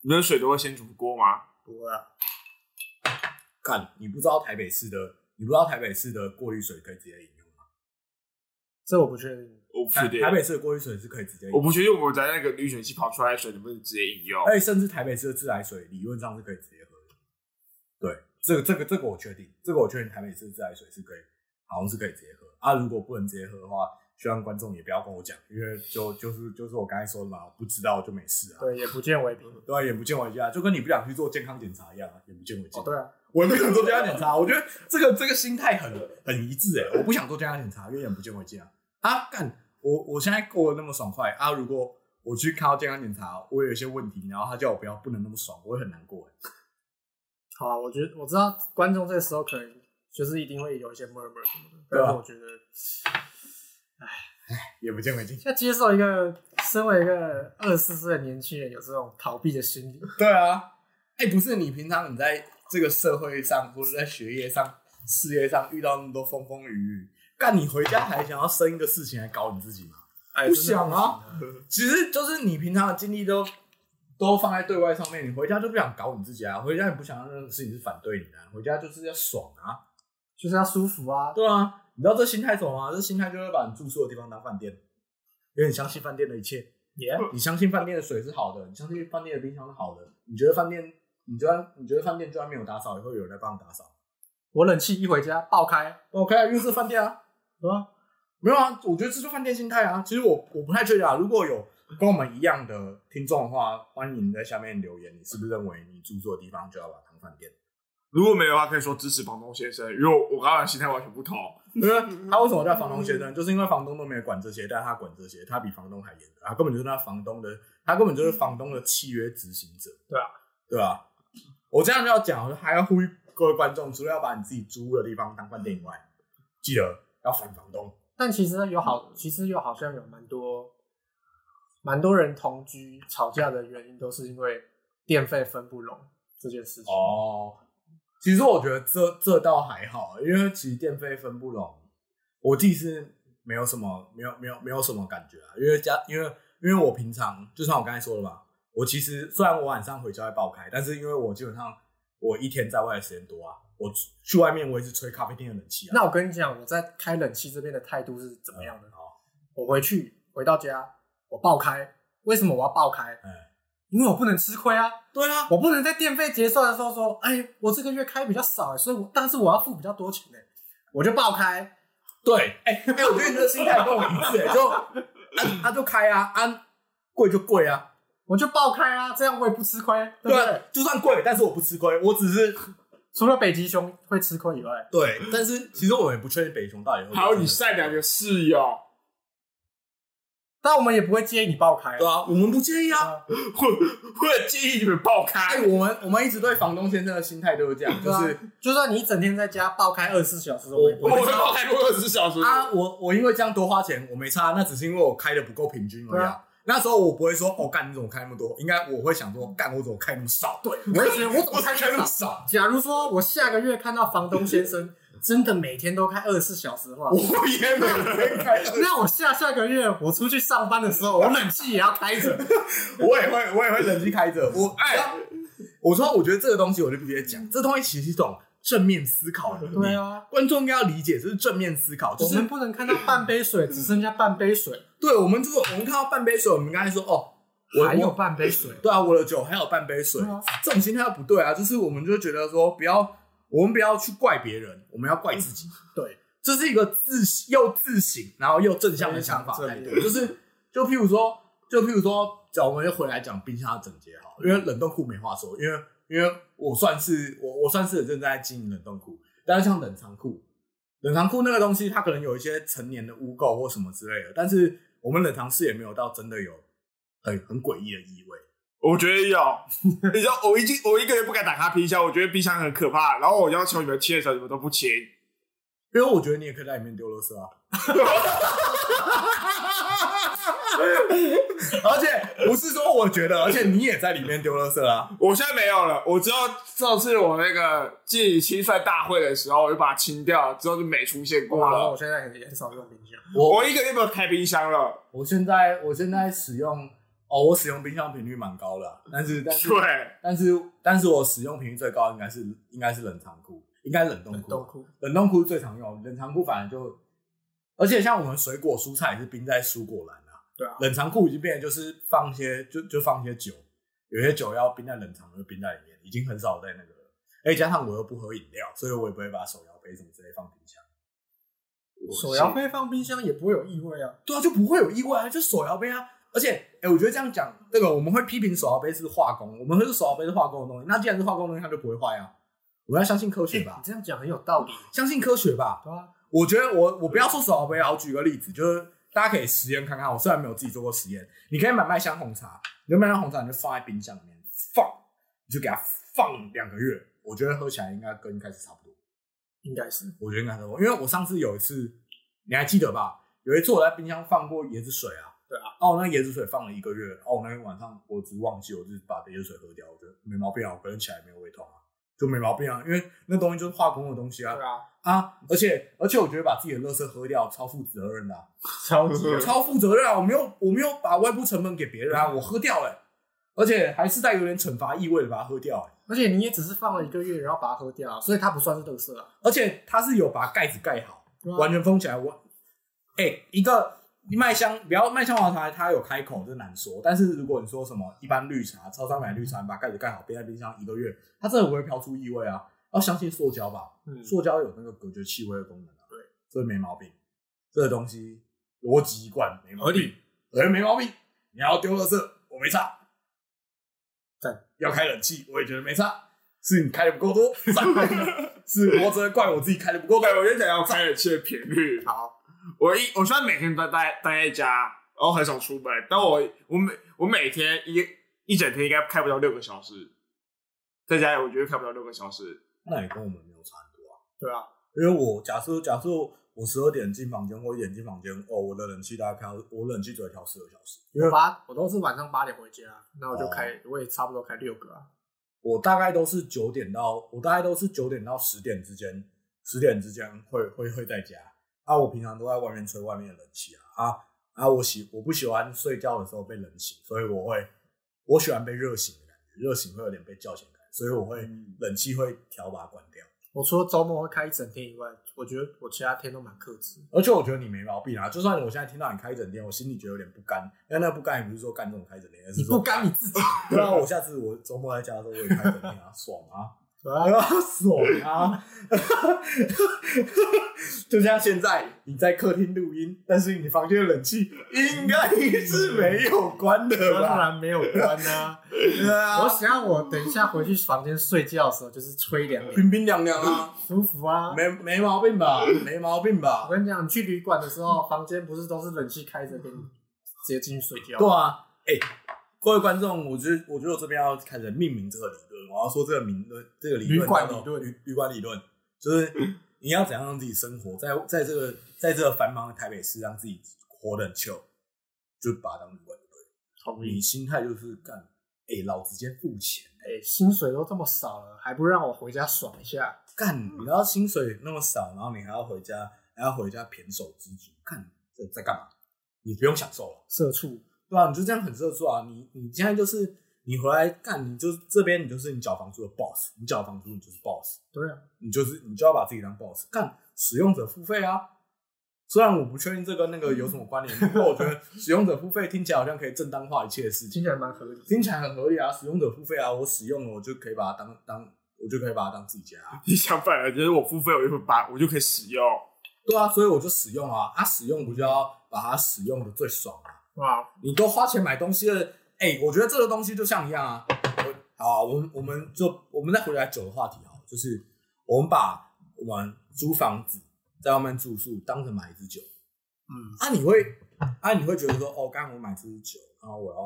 你们水都会先煮锅吗？不会啊，干你不知道台北市的，你不知道台北市的过滤水可以直接饮用吗？这我不确定。我不确定，台北市的过滤水是可以直接饮我用。不确定我们在那个滤水器跑出来的水能不能直接饮用。而且甚至台北市的自来水理论上是可以直接喝的。对，这个这个这个我确定，这个我确定台北市的自来水是可以，好像是可以直接喝啊。如果不能直接喝的话，希望观众也不要跟我讲，因为就就是就是我刚才说的嘛，不知道就没事啊。对，也不见为凭。对啊，眼不见为净啊，就跟你不想去做健康检查一样啊，眼不见为净。哦，对啊，我也不想做健康检查，我觉得这个这个心态很很一致哎、我不想做健康检查，因为眼不见为净啊。啊，干，我我现在过得那么爽快啊，如果我去看到健康检查，我有一些问题，然后他叫我不要不能那么爽，我会很难过哎、好啊，我觉得我知道观众这时候可能就是一定会有一些 murmur 什么的，对但啊是我觉得眼不见为净。要接受一个身为一个二十四岁的年轻人有这种逃避的心理，对啊，哎、不是你平常你在这个社会上或者在学业上、事业上遇到那么多风风雨雨，干你回家还想要生一个事情来搞你自己吗？哎不想啊，其实就是你平常的精力都都放在对外上面，你回家就不想搞你自己啊，回家你不想让任何事情是反对你的啊、回家就是要爽啊，就是要舒服啊。对啊，你知道这心态是什么吗？这心态就会把你住宿的地方当饭店，因为你相信饭店的一切，耶、你相信饭店的水是好的，你相信饭店的冰箱是好的，你觉得饭店，你就算你觉得饭店就算没有打扫，也会有人来帮你打扫我冷气一回家爆开，嗯，OK 啊，因为是饭店啊，对啊，没有啊，我觉得这就饭店心态啊，其实我我不太确定啊，如果有跟我们一样的听众的话，欢迎在下面留言，你是不是认为你住宿的地方就要把它当饭 (laughs) 店？如果没有的话，可以说支持房东先生，因为我我刚刚的心态完全不同。因为啊他为什么叫房东先生，就是因为房东都没有管这些，但他管这些，他比房东还严格，他根本就是他房东的，他根本就是房东的契约执行者，对啊，对啊。我这样就要讲，还要呼吁各位观众，除了要把你自己租的地方当饭店以外，记得要反房东。但其实有好，其实有好像有蛮多蛮多人同居吵架的原因都是因为电费分不拢这件事情。哦，其实我觉得这这倒还好，因为其实电费分不拢，我自己是没有什么没有没有没有什么感觉啊，因为家因为因为我平常就像我刚才说的嘛，我其实虽然我晚上回家会爆开，但是因为我基本上我一天在外的时间多啊，我去去外面我也是吹咖啡店的冷气啊。那我跟你讲，我在开冷气这边的态度是怎么样的？好，我回去回到家，我爆开。为什么我要爆开？嗯，因为我不能吃亏啊！对啊，我不能在电费结算的时候说，哎，我这个月开比较少，欸所以我但是我要付比较多钱呢，欸我就爆开。对，哎、哎、我觉得你这心态跟我一致、(laughs) 哎，就啊啊就开啊，啊贵就贵啊，我就爆开啊，这样我也不吃亏，对不对对？啊，就算贵，但是我不吃亏，我只是除了北极熊会吃亏以外，对，但是其实我们也不确定北熊到底会不会还有真你的善良的室友，但我们也不会介意你爆开对。啊，我们不介意啊。啊会会建议你们爆哎、开。我们我们一直对房东先生的心态都是这样，就对啊是就算你一整天在家爆开二十四小时，我也不我会会爆开过二十小时。啊，我我因为这样多花钱，我没差，那只是因为我开的不够平均而已对啊啊。那时候我不会说哦，干你怎么开那么多？应该我会想说，干我怎么开那么少？对，我就觉得我怎么开开开那那么么少？假如说我下个月看到房东先生 (laughs) 真的每天都开二十四小时的话，我也没有开， (laughs) 那我下下个月我出去上班的时候，我冷气也要开着。我也会，我也会冷静开着。我哎，我说，我觉得这个东西我就必须得讲，这东西其实是一种正面思考的能力。 (laughs) 对 (laughs) 啊，观众应该要理解，这是正面思考，就我是们不能看到半杯水只剩下半杯水，对我们这种，我们看到半杯水，我们刚才说哦，我还有我半杯水。对啊，我的酒还有半杯水，对啊这种心态不对啊。就是我们就觉得说，不要，我们不要去怪别人，我们要怪自己。对，这是一个自又自省，然后又正向的想法对态度，对就是就譬如说，就譬如说，讲我们就回来讲冰箱的整洁好了，因为冷冻库没话说，因为因为我算是我我算是很认真在经营冷冻库，但是像冷藏库，冷藏库那个东西，它可能有一些成年的污垢或什么之类的，但是我们冷藏室也没有到真的有很很诡异的异味。我觉得有，你知道，我已经我一个月不敢打开冰箱，我觉得冰箱很可怕。然后我要求你们切的时候，你们都不切。因为我觉得你也可以在里面丢垃圾啊。而且不是说我觉得，而且你也在里面丢垃圾啊。我现在没有了，我知道上次我那个记忆清算大会的时候，我就把它清掉了，之后就没出现过 (laughs) 哇，哦然后了我。现在也很少用冰箱。我我一个月没有开冰箱了，我现在我现在使用哦，我使用冰箱频率蛮高的啊、但是但是对，但是但是我使用频率最高应该是应该是冷藏库，应该冷冻库，冻库冷冻库最常用，冷藏库反而就，而且像我们水果蔬菜也是冰在蔬果篮啊，对啊冷藏库已经变成就是放一些就就放一些酒，有些酒要冰在冷藏，就冰在里面，已经很少在那个了。哎，加上我又不喝饮料，所以我也不会把手摇杯什么之类放冰箱。手摇杯放冰箱也不会有异味啊。对啊，就不会有意外啊，就手摇杯啊。而且，哎、我觉得这样讲，这个我们会批评手摇杯是化工，我们会说手摇杯是化工的东西。那既然是化工的东西，它就不会坏啊。我们要相信科学哎 (laughs) 吧你，这样讲很有道理，相信科学吧。对啊，我觉得我我不要说手摇杯啊，我举个例子，就是大家可以实验看看。我虽然没有自己做过实验，你可以买麦香红茶，你就麦香红茶你就放在冰箱里面放，你就给它放两个月，我觉得喝起来应该跟一开始差不多。应该是。我觉得应该差不多，因为我上次有一次，你还记得吧？有一次我在冰箱放过椰子水啊，对啊，哦，那椰子水放了一个月，哦，那天晚上我只是忘记，我就是把椰子水喝掉，我觉得没毛病啊，我隔天起来没有胃痛啊，就没毛病啊，因为那东西就是化工的东西啊，对啊，啊，而且而且我觉得把自己的垃圾喝掉超负责任的啊、超级有超负责任啊！我没有我没有把外部成本给别人啊，我喝掉了、而且还是带有点惩罚意味的把它喝掉、欸，而且你也只是放了一个月，然后把它喝掉啊，所以它不算是特色啊。而且它是有把盖子盖好，对啊完全封起来。我哎、一个麦香，不要麦香黄茶，它有开口，这难说。但是如果你说什么一般绿茶，超商买绿茶，你把盖子盖好，冰在冰箱一个月，它真的不会飘出异味啊。要相信塑胶吧，嗯塑胶有那个隔绝气味的功能啊，对，所以没毛病。这个东西逻辑一贯没毛病，合理，合理没毛病。你要丢垃圾，我没差。赞，要开冷气，我也觉得没差。是你开的不够多， (laughs) 赞是我只能怪我自己开的不够多对，。我就想要开冷气的频率。好，我一我虽然每天都待待在家，然后很少出门，但我我每我每天一一整天应该开不到六个小时，在家里我觉得开不到六个小时。那也跟我们没有差很多啊。对啊，因为我假设假设我十二点进房间，我一点进房间，哦，我的冷气大概开到，我冷气只会调十二小时，因为八我都是晚上八点回家，啊那我就开，我也差不多开六个啊。我大概都是九点到，我大概都是九点到十点之间，十点之间会会会在家。啊，我平常都在外面吹外面的冷气啊啊啊！我喜我不喜欢睡觉的时候被冷醒，所以我会我喜欢被热醒的感觉，热醒会有点被叫醒的感觉，所以我会嗯冷气会调把它关掉。我除了周末会开一整天以外，我觉得我其他天都蛮克制。而且我觉得你没毛病啊，就算我现在听到你开一整天，我心里觉得有点不甘，但那不甘也不是说干这种开一整天，而是你不说，干你自 (laughs) 己，对啊，我下次我周末在家的时候我也开一整天啊，爽啊，对啊啊，爽啊， (laughs) 就像现在你在客厅录音，但是你房间的冷气应该是没有关的当吧？然没有关 (laughs) 啊。对啊我，想要我等一下回去房间睡觉的时候，就是吹凉凉，冰冰凉凉啊，舒服啊。没没毛病吧？没毛病吧我？跟你讲，你去旅馆的时候，房间不是都是冷气开着，给你直接进去睡觉。对啊，哎、各位观众，我觉得我觉得我这边要开始命名这个理论，我要说这个名论，这个理论旅馆叫做理论旅旅馆理论就是你要怎样让自己生活在在这个在这个繁忙的台北市，让自己活得很 chill，就把它当旅馆就对了。同你意。心态就是干，哎、老子今天付钱，哎、薪水都这么少了，还不让我回家爽一下？干，你知道薪水那么少，然后你还要回家，还要回家胼手胝足，干这在干嘛？你不用享受了，社畜，对啊，你就这样很社畜啊！你你现在就是你回来干，你就这边你就是你缴房租的 boss，你缴房租你就是 boss，对啊，你就是你就要把自己当 boss，干使用者付费啊。虽然我不确定这跟那个有什么关联，不过我觉得使用者付费听起来好像可以正当化一切的事情听，起来蛮合理。听起来很合理啊。使用者付费啊，我使用了我就可以把它当当，我就可以把它当自己家、 (laughs) 啊。你想反了，就是我付费我一分八，我就可以使用。对啊，所以我就使用啊，啊使用不就要把它使用的最爽啊？哇，你都花钱买东西了，哎、我觉得这个东西就像一样啊。我好啊，我们我们就我们再回来酒的话题好了，就是我们把我们租房子在外面住宿当成买一支酒，嗯，啊，你会啊你会觉得说，哦，刚刚我买这支酒，然后我要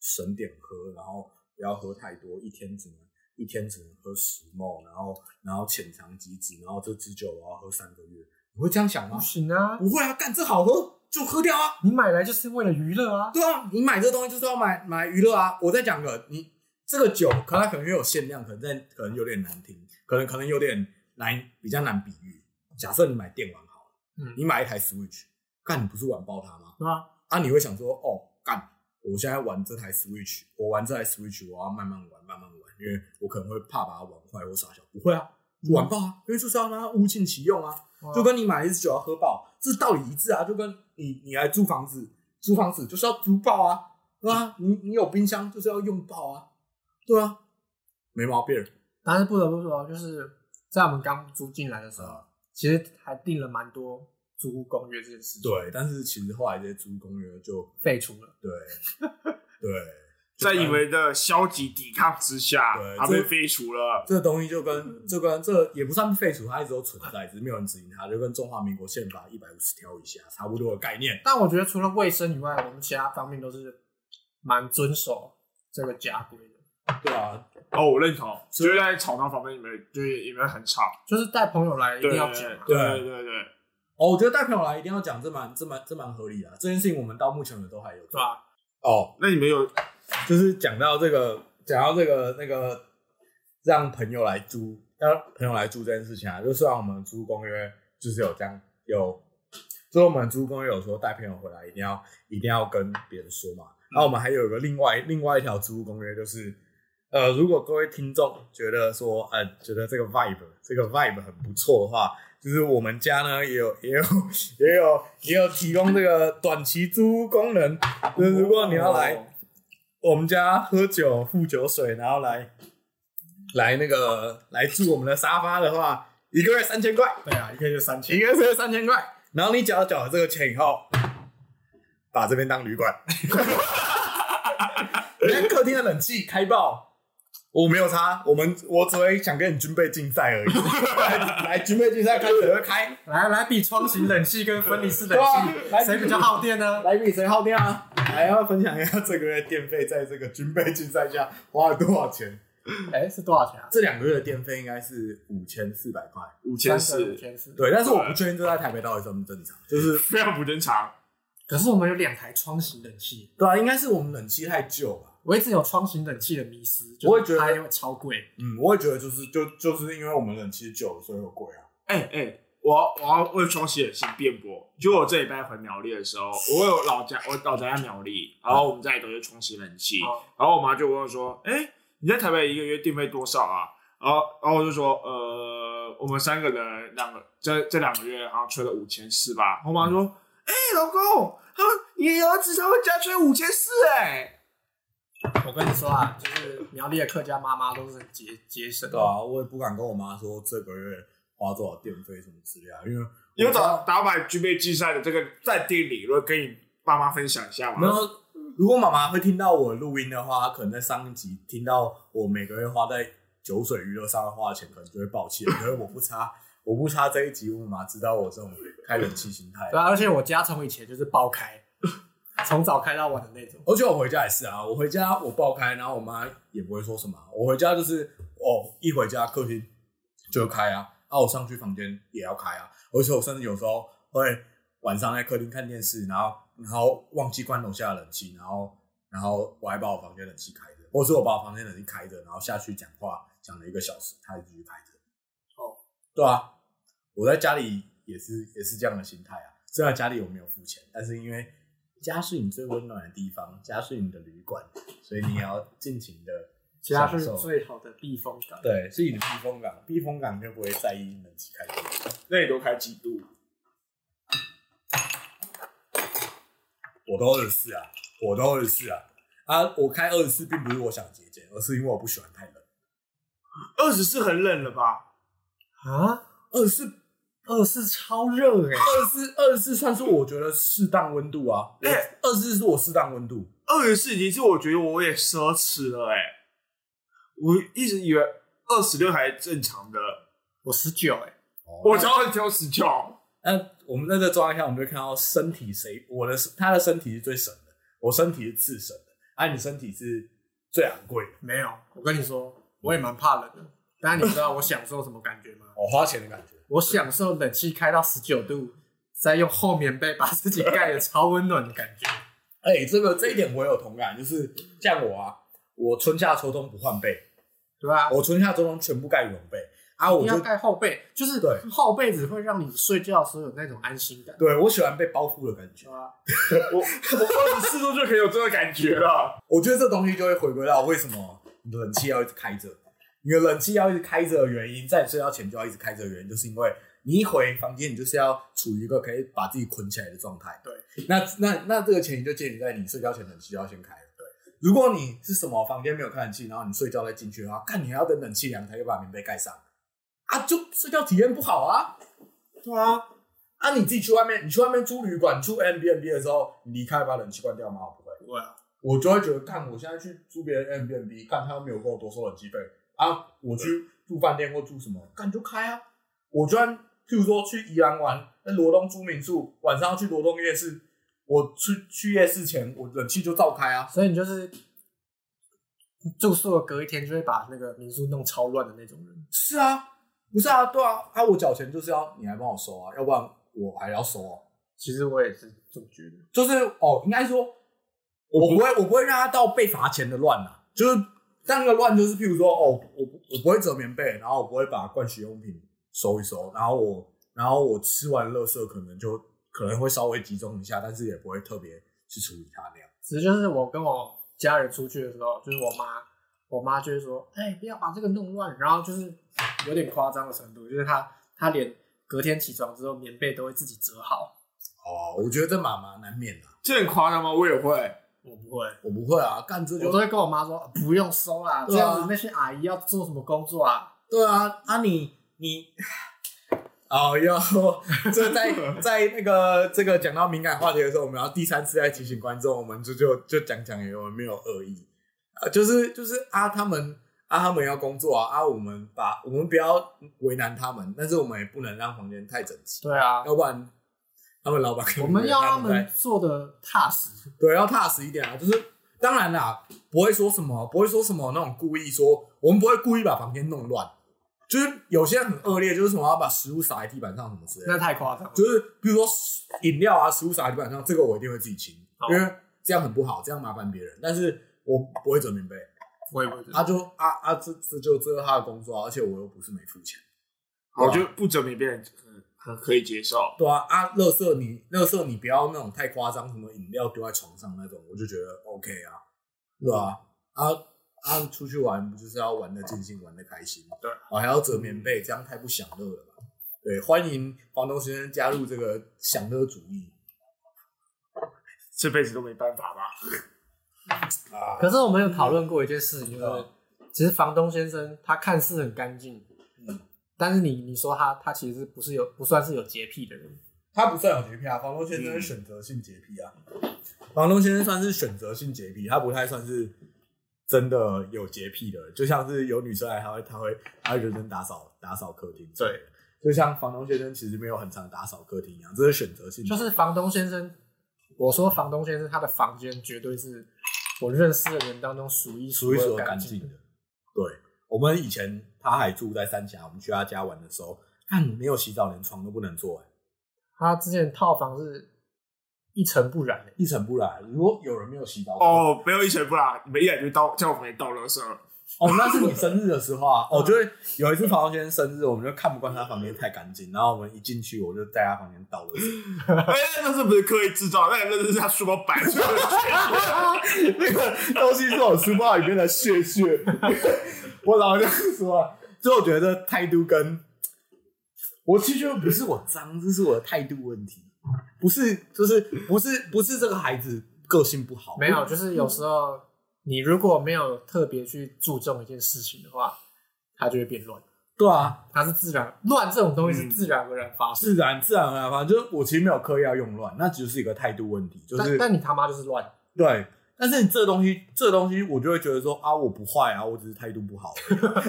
省点喝，然后不要喝太多，一天只能一天只能喝十沫，然后然后浅尝即止，然后这支酒我要喝三个月，你会这样想吗不？行啊，不会啊，干这好喝就喝掉啊。你买来就是为了娱乐啊。对啊，你买这东西就是要买买娱乐啊。我再讲个，你这个酒，可它可能又有限量，可能在可能有点难听，可能可能有点难，比较难比喻。假设你买电玩好了，嗯你买一台 Switch，干你不是玩爆它吗？对啊，啊，你会想说，哦，干，我现在玩这台 Switch，我玩这台 Switch，我要慢慢玩，慢慢玩，因为我可能会怕把它玩坏或傻笑。不会啊，嗯玩爆啊，因为就是要让它物尽其用啊。哇就跟你买一支酒要喝爆，这道理一致啊。就跟你你来租房子，租房子就是要租爆啊，对啊，你你有冰箱就是要用爆啊，对啊，没毛病但是不得不说，就是在我们刚租进来的时候，啊。其实还定了蛮多租屋公约这件事情，对，但是其实后来这些租公约就废除了。对对，在你们的消极抵抗之下对，他被这废除了。这东西就跟就跟这也不算废除，它一直都存在，只是没有人执行它，就跟中华民国宪法一百五十条以下差不多的概念。但我觉得除了卫生以外，我们其他方面都是蛮遵守这个家规的。对啊，哦，我认同，所以在吵闹方面，你们就是你们很吵，就是带朋友来一定对对要讲啊，对对对，哦，我觉得带朋友来一定要讲，这蛮这蛮这蛮合理的、啊。这件事情我们到目前为止都还有对啊做。吧？哦，那你们有就是讲到这个，讲到这个那个让朋友来租，让朋友来租这件事情啊，就虽然我们租公约就是有这样有，就是我们租公约有说带朋友回来一定要一定要跟别人说嘛。然后我们还有一个另外另外一条租公约就是，呃，如果各位听众觉得说，呃，觉得这个 vibe 这个 vibe 很不错的话，就是我们家呢也有也有也有也有提供这个短期租屋功能，就是如果你要来。哦我们家喝酒付酒水，然后来来那个来住我们的沙发的话，一个月三千块，对啊，一个月三千一，个月三千块。然后你缴缴了这个钱以后，把这边当旅 (laughs) 馆，人家客厅的冷气开爆，我没有差，我们我只会想跟你军备竞赛 (laughs) 而已。来来军备竞赛开始会开，来来比窗型冷气跟分离式冷对啊来气，谁比较耗电呢？来比谁耗电啊？来要分享一下这个月电费在这个军备竞赛下花了多少钱。哎，是多少钱啊？这两个月的电费应该是五千四百块，五千三个五四，千四。对，但是我不确定这在台北到底正不正常，就是非常不正常。可是我们有两台窗型冷气，对啊，应该是我们冷气太旧了。我一直有窗型冷气的迷思，我也就是觉得它会超贵。嗯，我也觉得就是就就是因为我们冷气旧了，所以会贵啊。哎、哎、我要我要为双喜的心辩驳。就我这礼拜回苗栗的时候，我有老家，我老家在苗栗，然后我们家里都是冲洗冷气，嗯哦然后我妈就问我说：“哎、你在台北一个月电费多少啊？”然后然后我就说：“呃，我们三个人两个这这两个月好像吹了五千四吧。”我妈说：“哎、老公，他们你儿子他们家吹五千四哎。我跟你说啊，就是苗栗的客家妈妈都是很节节省的对，啊，我也不敢跟我妈说这个月花多少电费什么之类啊，因为”你有打打败具备竞赛的这个战地理论跟你爸妈分享一下没吗？有。如果妈妈会听到我录音的话，她可能在上一集听到我每个月花在酒水娱乐上面花的钱，可能就会抱歉。可是我不差，我不差这一集，我妈知道我这种开冷气心态。对啊，而且我家从以前就是爆开，从早开到晚的那种。而且我回家也是啊，我回家我爆开，然后我妈也不会说什么啊、我回家就是哦，一回家客厅就开啊，啊，我上去房间也要开啊。而且我甚至有时候会晚上在客厅看电视，然后然后忘记关楼下的冷气，然后然然后我还把我房间冷气开着，或者是我把我房间冷气开着，然后下去讲话讲了一个小时，它还继续开着。哦，对啊，我在家里也是也是这样的心态啊。虽然家里我没有付钱，但是因为家是你最温暖的地方，家是你的旅馆，所以你也要尽情的家是最好的避风港。对，是你的避风港，避风港就不会在意冷气开多久。那你都开几度？我都二十四啊，我都二十四啊。啊，我开二十四，并不是我想节俭，而是因为我不喜欢太冷。二十四很冷了吧？啊，二十四，二四超热哎、二十四，二十四算是我觉得适当温度啊。哎二十四是我适当温度。二十四已经是我觉得我也奢侈了哎、我一直以为二十六才正常的，我十九哎，我超很挑十九。那我们在这状态下，我们就会看到身体谁，我的他的身体是最省的，我身体是次省的，而、你身体是最昂贵的。没有，我跟你说，我也蛮怕冷的。但你知道我享受什么感觉吗？我花钱的感觉。我享受冷气开到十九度，再用厚棉被把自己盖的超温暖的感觉。哎、这个这一点我也有同感，就是像我啊，我春夏秋冬不换被，对吧、我春夏秋冬全部盖羽绒被啊，一我定要就盖厚被，就是对厚被只会让你睡觉的时候有那种安心感，对我喜欢被包覆的感觉对。吧？我我二十四度就可以有这个感觉了。我觉得这东西就会回归到为什么你的冷气要一直开着，你的冷气要一直开着的原因，在你睡觉前就要一直开着的原因，就是因为你一回房间，你就是要处于一个可以把自己捆起来的状态。对，那那那这个前提就建立在你睡觉前冷气就要先开了。对，如果你是什么房间没有开冷气，然后你睡觉再进去的话，看你还要等冷气凉才可以把棉被盖上啊，就睡觉体验不好啊。对啊，啊，你自己去外面，你去外面租旅馆、住 M B N B 的时候，你离开把冷气关掉吗？我不会，不会啊，我就会觉得，看我现在去租别人 M B N B，看他又没有跟我多收冷气费啊，我去住饭店或住什么，干就开啊。我就算譬如说去宜兰玩，那罗东租民宿，晚上要去罗东夜市，我去去夜市前，我冷气就照开啊。所以你就是住宿的隔一天就会把那个民宿弄超乱的那种人。是啊，不是啊，对啊，啊，我缴钱就是要你来帮我收啊，要不然我还要收哦、其实我也是这么觉得。就是哦，应该说，我不会，我不会让他到被罚钱的乱啊。就是但那个乱，就是譬如说，哦，我不我不会折棉被，然后我不会把盥洗用品收一收，然后我然后我吃完垃圾可能就可能会稍微集中一下，但是也不会特别去处理它那样。只是就是我跟我家人出去的时候，就是我妈，我妈就会说：“哎、不要把这个弄乱。”然后就是有点夸张的程度，就是她她连隔天起床之后棉被都会自己折好。哦，我觉得这妈妈难免啊，这很夸张吗？我也会。我不会，我不会啊，干这我就都会跟我妈说：“不用收啦，这对啊样子那些阿姨要做什么工作啊对啊，啊你你， (sighs) 哦哟，这在在那个这个讲到敏感话题的时候，我们要第三次再提醒观众，我们就就就讲讲，我们没有恶意，啊，就是就是啊，他们啊他们要工作啊，啊我们把我们不要为难他们，但是我们也不能让房间太整？”齐，对啊，要不然他们老板可能我们要 (laughs) 让以为他他在们做的踏实。对，要踏实一点啊。就是当然啦，不会说什么，不会说什么那种故意说，我们不会故意把房间弄乱。就是有些人很恶劣，就是什么要把食物撒在地板上什么之类的。那太夸张了，就是比如说饮料啊、食物撒在地板上，这个我一定会自己清，好因为这样很不好，这样麻烦别人。但是我不会折棉被，我也不知他、道。就啊啊，这这就这是他的工作啊、而且我又不是没付钱。我觉得不折棉被很很可以接受。对啊啊，垃圾你垃圾你不要那种太夸张，什么饮料丢在床上那种，我就觉得 OK 啊，对啊啊啊，出去玩不就是要玩的尽兴，玩的开心，对，哦还要折棉被，这样太不享乐了吧？对，欢迎房东先生加入这个享乐主义这辈子都没办法吧？啊，可是我们有讨论过一件事情，就是嗯其实房东先生他看似很干净，嗯但是你你说他他其实不是有不算是有洁癖的人，他不算有洁癖啊，房东先生是选择性洁癖啊，房东先生算是选择性洁癖，他不太算是真的有洁癖的人，就像是有女生来，他会他会他会认真打扫打扫客厅，对，就像房东先生其实没有很常打扫客厅一样，这是选择性洁癖，就是房东先生。我说房东先生他的房间绝对是我认识的人当中数一数一数二二干净净的。对，我们以前他还住在三峡，我们去他家玩的时候，看没有洗澡，连床都不能坐、欸，他之前套房是一尘不染、欸。一尘不染。如果有人没有洗澡，哦哦，没有一尘不染，你们一来就到叫我们倒垃圾了。哦，那是你生日的时候 (laughs) 嗯啊。哦，就是有一次房东先生生日，我们就看不惯他房间太干净，然后我们一进去，我就在他房间倒了水。 (laughs) 哎，那是不是刻意制造？那那是他书包摆出来的。那个东西是我书包里面的屑 (laughs) 屑。我老这样说啊，所以我觉得态度跟我其实觉得不是我脏，这是我的态度问题，不是就是不是不是这个孩子个性不好，没有，就是有时候你如果没有特别去注重一件事情的话，它就会变乱。对啊，它是自然乱这种东嗯西是自然而然发生，自然自然而然，反正就是我其实没有刻意要用乱，那只是一个态度问题，就是但但你他妈就是乱，对。但是这东西，这东西我就会觉得说啊，我不坏啊，我只是态度不好。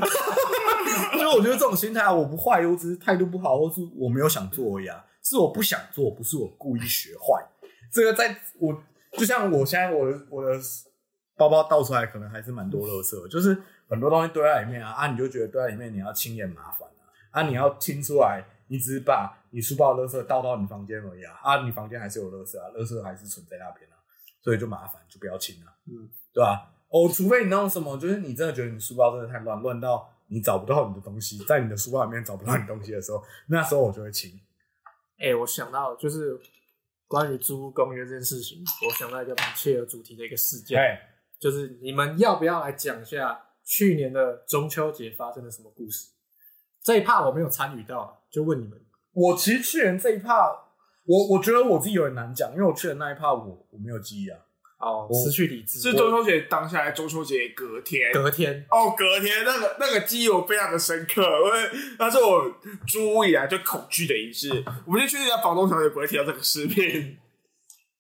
所以我觉得这种心态啊，我不坏，我只是态度不好，或是我没有想做而已啊，是我不想做，不是我故意学坏。这个在我就像我现在我的我的包包倒出来，可能还是蛮多垃圾，就是很多东西堆在里面啊啊，你就觉得堆在里面你要清也麻烦啊啊，你要清出来，你只是把你书包的垃圾倒到你房间而已啊啊，你房间还是有垃圾啊，垃圾还是存在那边啊。所以就麻烦，就不要清了，嗯，对吧、哦，除非你弄什么，就是你真的觉得你书包真的太乱，乱到你找不到你的东西，在你的书包里面找不到你东西的时候，那时候我就会清。哎、我想到就是关于租屋公约这件事情，我想到一个蛮切合主题的一个事件，哎，就是你们要不要来讲一下去年的中秋节发生了什么故事？这一趴我没有参与到，啊就问你们。我其实去年这一趴，我我觉得我自己有点难讲，因为我去年那一趴我我没有记忆啊。哦我失去理智。 (laughs) 是中秋节当下，还是中秋节隔天。隔天，哦，隔天那个那个记忆我非常的深刻，因为那是我租屋以来最恐惧的一次。我们就确定房东小姐不会提到这个视 (laughs) 频，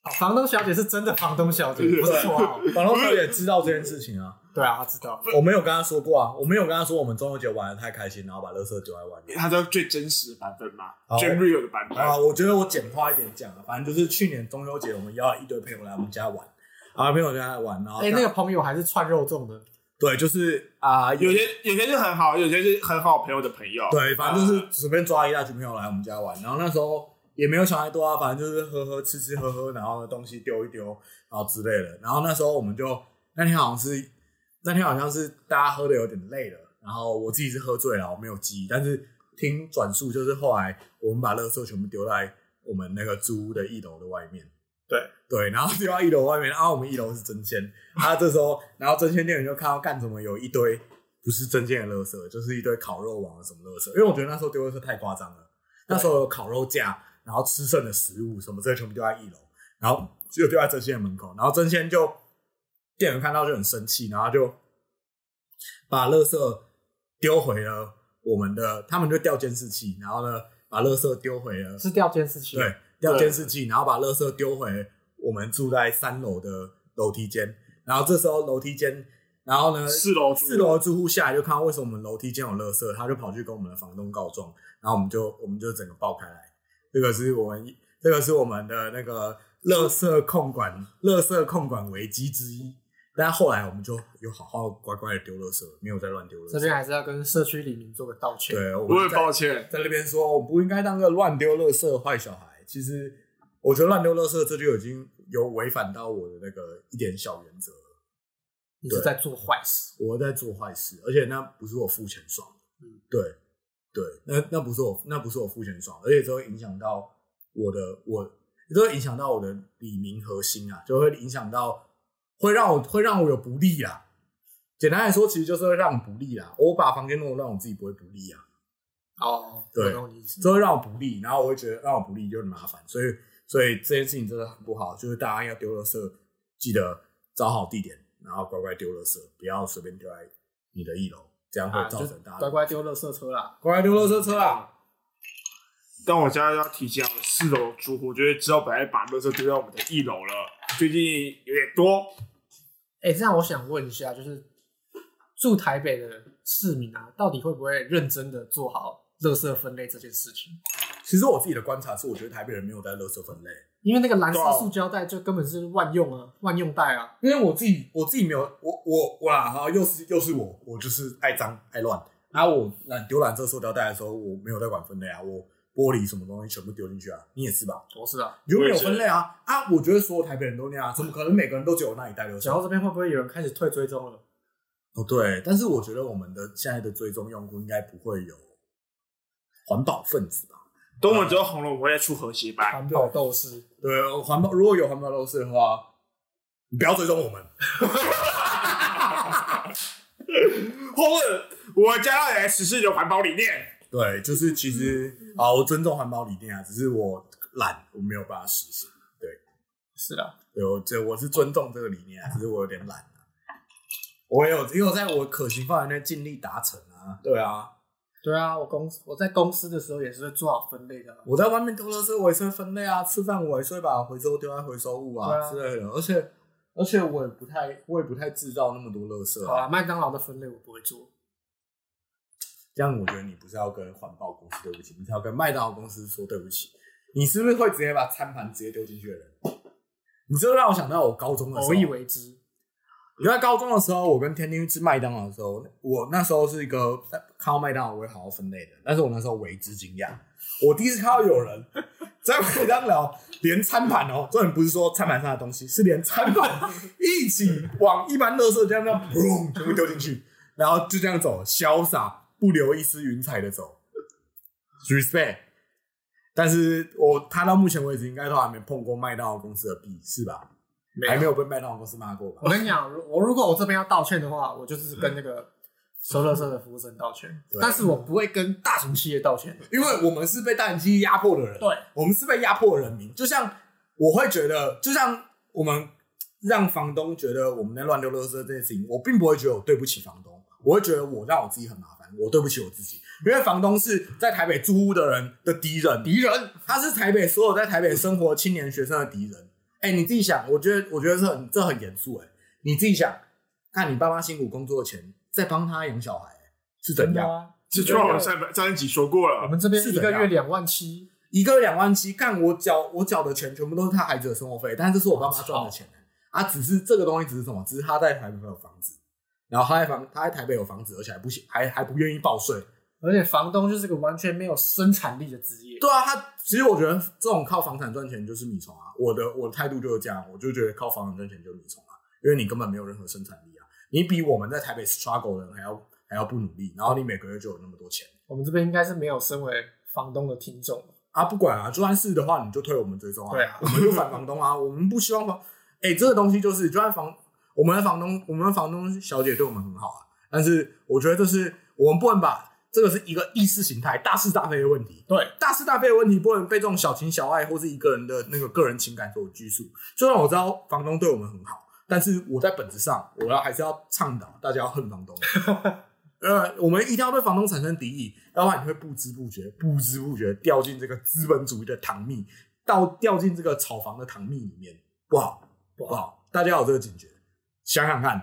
哦房东小姐是真的房东小姐，对不是绰号。房东小姐知道这件事情啊，对啊，她知道。我没有跟她说过啊，我没有跟她说我们中秋节玩的太开心，然后把垃圾丢在外面。它叫最真实的版本嘛，好最 real 的版本。啊，我觉得我简化一点讲啊，反正就是去年中秋节我们邀了一堆朋友来我们家玩，啊，朋友家来玩，然后哎、那个朋友还是串肉粽的，对，就是啊、有有些有些是很好，有些是很好朋友的朋友。啊对，反正就是随便抓一大群朋友来我们家玩，然后那时候也没有想太多啊，反正就是喝喝吃吃喝喝，然后东西丢一丢，然后之类的。然后那时候我们就那天好像是那天好像是大家喝的有点累了，然后我自己是喝醉了，我没有记忆，但是听转述就是后来我们把垃圾全部丢在我们那个租屋的一楼的外面。对对，然后丢到一楼外面，然后我们一楼是真鲜，啊，这时候，然后真鲜店员就看到干什么，有一堆不是真鲜的垃圾，就是一堆烤肉网啊什么垃圾。因为我觉得那时候丢垃圾太夸张了，那时候有烤肉架，然后吃剩的食物什么这些全部丢在一楼，然后就丢在真鲜的门口，然后真鲜就店员看到就很生气，然后就把垃圾丢回了我们的，他们就调监视器，然后呢把垃圾丢回了是掉监视器。对，掉监视器，然后把垃圾丢回我们住在三楼的楼梯间。然后这时候楼梯间，然后呢，四楼四楼的住户下来就看到为什么我们楼梯间有垃圾，他就跑去跟我们的房东告状，然后我们就我们就整个爆开来。这个是我们这个是我们的那个垃圾控管垃圾控管危机之一。但后来我们就有好好乖乖的丢垃圾，没有再乱丢垃这圾。边还是要跟社区里民做个道歉。，对，我我们也在抱歉，在那边说我不应该当个乱丢垃圾的坏小孩。其实我觉得乱丢垃圾这就已经有违反到我的那个一点小原则了。你是在做坏事。我在做坏事，而且那不是我付钱爽的。嗯对对，那那不是我那不是我付钱爽的，而且这会影响到我的我，这会影响到我的理明核心啊，就会影响到会让我会让我有不利啊。简单来说，其实就是会让我不利啊。我把房间弄得让我自己不会不利啊。哦，对我懂你意思。这会让我不利，然后我会觉得让我不利就很麻烦，所以所以这件事情真的很不好，就是大家要丢垃圾，记得找好地点，然后乖乖丢垃圾，不要随便丢在你的一楼，这样会啊，造就成大家、乖乖丢垃圾车啦。乖乖丢垃圾车啊！但我现在要提醒我们四楼住户，就是知道本来把垃圾丢到我们的一楼了，最近有点多。哎、这样我想问一下，就是住台北的市民啊，到底会不会认真的做好垃圾分类这件事情？其实我自己的观察是，我觉得台北人没有在垃圾分类，因为那个蓝色对啊塑胶袋就根本是万用啊，万用袋啊。因为我自己我自己没有我我我啦，哈，又是又是我，我就是爱脏爱乱。然后我懒丢蓝色塑料袋的时候，我没有在管分类啊，我玻璃什么东西全部丢进去啊？你也是吧？我是啊。你就没有分类啊？啊，我觉得所有台北人都那样啊，怎么可能每个人都只有那一代留下讲？到这边，会不会有人开始退追踪了？哦，对，但是我觉得我们的现在的追踪用户应该不会有环保分子吧？等我们之后红了，我会再出和谐版。环保斗士，对，环保如果有环保斗士的话，你不要追踪我们。嗯或者我家要来实施有环保理念，对，就是其实啊，我尊重环保理念啊，只是我懒，我没有办法实行。是啊，对，我这我是尊重这个理念啊，只是我有点懒啊。我也有，因为我在我可行范围内尽力达成啊。对啊，对啊，我公我在公司的时候也是会做好分类的啊。我在外面丢垃圾，我也是会分类啊；吃饭我也是会把回收丢在回收物啊对啊之类的。而且而且我也不太，我也不太制造那么多垃圾好啊。啦，麦当劳的分类我不会做，这样我觉得你不是要跟环保公司对不起，你是要跟麦当劳公司说对不起。你是不是会直接把餐盘直接丢进去的人？你这让我想到我高中的时候，偶一哦为之。因为高中的时候，我跟天天去吃麦当劳的时候，我那时候是一个呃看到麦当劳我会好好分类的，但是我那时候为之惊讶，我第一次看到有 (laughs) 人在麦当劳连餐盘哦，重点不是说餐盘上的东西，是连餐 (laughs) 盘一起往一般垃圾这样这样砰全部丢进去，然后就这样走，潇洒不留一丝云彩的走，respect。但是我他到目前为止应该都还没碰过麦当劳公司的币，是吧？没有还没有被麦当劳公司骂过吧？我跟你讲，如我如果我这边要道歉的话，我就是跟那个收垃圾的服务生道歉嗯对，但是我不会跟大型企业道歉。因为我们是被大人机压迫的人，对，我们是被压迫的人民。就像我会觉得，就像我们让房东觉得我们在乱丢垃圾这件事情，我并不会觉得我对不起房东，我会觉得我让我自己很麻烦，我对不起我自己，因为房东是在台北租屋的人的敌人，敌人，他是台北所有在台北生活青年学生的敌人。哎、你自己想，我觉得，我觉得这很这很严肃哎。你自己想，看你爸妈辛苦工作的钱，再帮他养小孩、是怎的样？啊？这句话我们上上一集说过我了。们这边是一怎个样月两万七，一个月两万七，干我缴我缴的钱全部都是他孩子的生活费，但这是我爸妈赚的钱啊，只是这个东西只是什么？只是他在台北有房子，然后他在房他在台北有房子，而且还不行，还还不愿意报税。而且房东就是个完全没有生产力的职业。对啊，他其实我觉得这种靠房产赚钱就是米虫啊，我的我的态度就是这样，我就觉得靠房产赚钱就是米虫啊，因为你根本没有任何生产力啊，你比我们在台北 struggle 的人还要还要不努力，然后你每个月就有那么多钱。我们这边应该是没有身为房东的听众，啊，不管啊，就算是的话，你就退我们追踪啊，对啊我们就反房东啊，我们不希望房，哎、这个东西就是，就算房我们的房东，我们的房东小姐对我们很好啊，但是我觉得这是我们不能把这个是一个意识形态大是大非的问题，对，大是大非的问题不能被这种小情小爱或是一个人的那个个人情感所拘束。虽然我知道房东对我们很好，但是我在本质上，我要还是要倡导大家要恨房东。呃，我们一定要对房东产生敌意，要不然你会不知不觉、不知不觉掉进这个资本主义的糖蜜，到掉进这个炒房的糖蜜里面，不好，不不好。大家有这个警觉，想想看，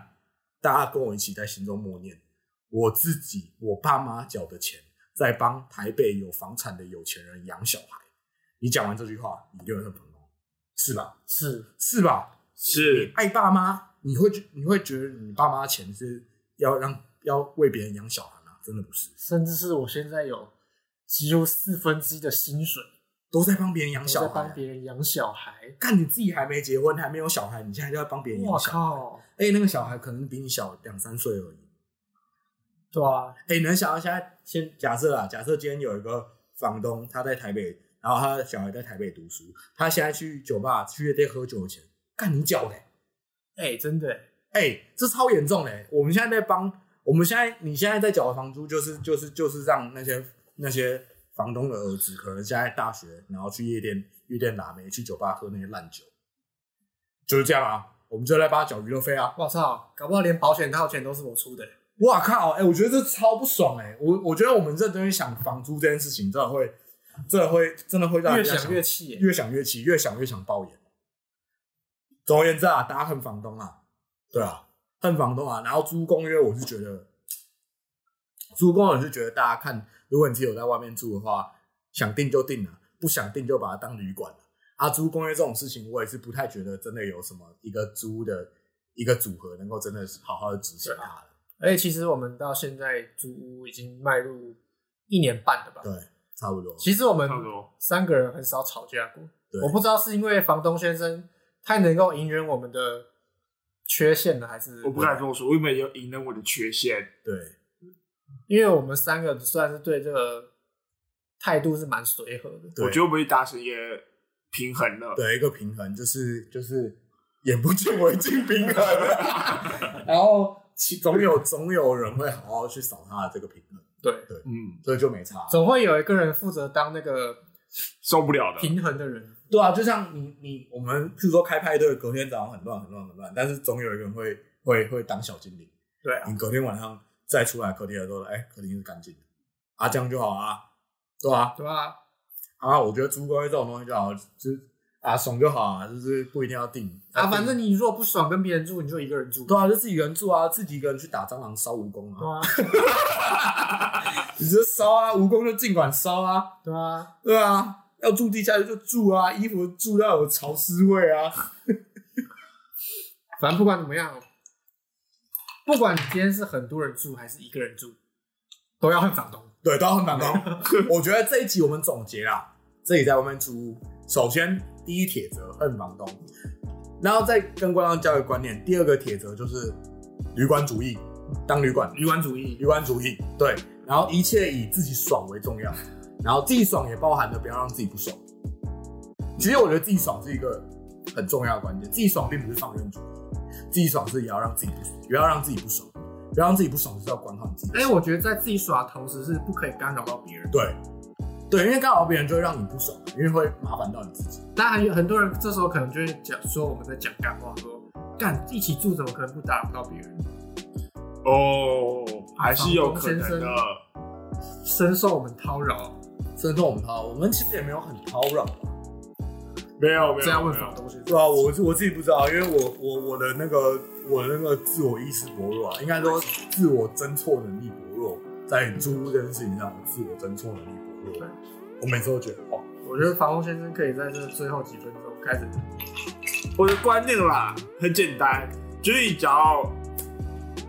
大家跟我一起在心中默念：我自己、我爸妈缴的钱，在帮台北有房产的有钱人养小孩。你讲完这句话，你就会很成功，是吧？是是吧？是，爱爸妈，你会觉你会觉得你爸妈的钱是要让要为别人养小孩吗？真的不是，甚至是我现在有几乎四分之一的薪水都在帮别人养都在小孩帮啊。别人养小孩。看你自己还没结婚，还没有小孩，你现在就要帮别人我养小孩，靠，哎、那个小孩可能比你小两三岁而已。对啊，哎、能想到现在先假设啊，假设今天有一个房东，他在台北，然后他的小孩在台北读书，他现在去酒吧去夜店喝酒的钱，干你脚嘞、哎、真的、哎、这超严重嘞、我们现在在帮，我们现在你现在在缴的房租，就是就是就是让那些那些房东的儿子，可能现在大学，然后去夜店夜店拿妹，去酒吧喝那些烂酒，就是这样啊。我们就来帮他缴娱乐费啊！我操，搞不好连保险套钱都是我出的、哇靠！哎、我觉得这超不爽哎、我我觉得我们认真去想房租这件事情，真的会，真的会，真的会让越人家想越气、欸。越想越气，越想越想爆眼。总而言之啊，大家恨房东啊，对啊，恨房东啊。然后租公约，我是觉得，租公我是觉得大家看，如果你自己有在外面住的话，想订就订了、啊不想订就把它当旅馆了、啊。租公约这种事情，我也是不太觉得真的有什么一个租的一个组合能够真的是好好的执行啊它的。而且其实我们到现在租屋已经迈入一年半了吧？对，差不多。其实我们差不多。三个人很少吵架过对，我不知道是因为房东先生太能够隐忍我们的缺陷了，还是我不敢这么说，我没有隐忍我的缺陷。对，因为我们三个算是对这个态度是蛮随和的。对我觉得我们达成一个平衡了。对一个平衡，就是就是眼不见为净平衡， (laughs) 然后其总有总有人会好好去扫他的这个平衡，对，嗯，所以就没差。总会有一个人负责当那个受不了的。平衡的人。对啊，就像你你我们譬如说开派对，隔天早上很乱很乱很乱，但是总有一个人会会会当小精灵，对啊，你隔天晚上再出来客厅的时候，哎、客厅是干净的，啊这样就好啊，对啊，对啊，啊，我觉得租公约这种东西就好，就是啊爽就好啊，就是不一定要定啊，反正你如果不爽跟别人住，你就一个人住。对啊，就自己一个人住啊，自己一个人去打蟑螂、烧蜈蚣对啊，啊， (laughs) 你就烧啊，蜈蚣就尽管烧啊，对啊，对啊，要住地下室就住啊，衣服住要有潮湿味啊，反正不管怎么样，不管你今天是很多人住还是一个人住，都要换房东。对，都很难搞。我觉得这一集我们总结啦，自己在外面租屋，首先第一铁则恨房东，然后再跟观众教育观念，第二个铁则就是旅馆主义，当旅馆旅馆主义，旅馆主义，对，然后一切以自己爽为重要，然后自己爽也包含了不要让自己不爽。其实我觉得自己爽是一个很重要的关键，自己爽并不是放任主义，自己爽是也要让自己不，不要让自己不爽，不要让自己不爽就是要管好自己。哎、我觉得在自己耍的同时是不可以干扰到别人。对，对，因为干扰别人就会让你不爽，因为会麻烦到你自己。当然，有很多人这时候可能就会讲说我们在讲干话，说干一起住怎么可能不打扰到别人？哦，还是有可能房东的先。深受我们叨扰，哦甚至我们掏，我们其实也没有很叨扰，没有没有，这样问没有房东是对啊，我我自己不知道，因为我我我的那个我的那个自我意识薄弱啊，应该说自我侦错能力薄弱，在租屋这件事情上，我自我侦错能力薄弱对。我每次都觉得哦，我觉得房东先生可以在这最后几分钟开始我的观念啦，很简单，就是你只要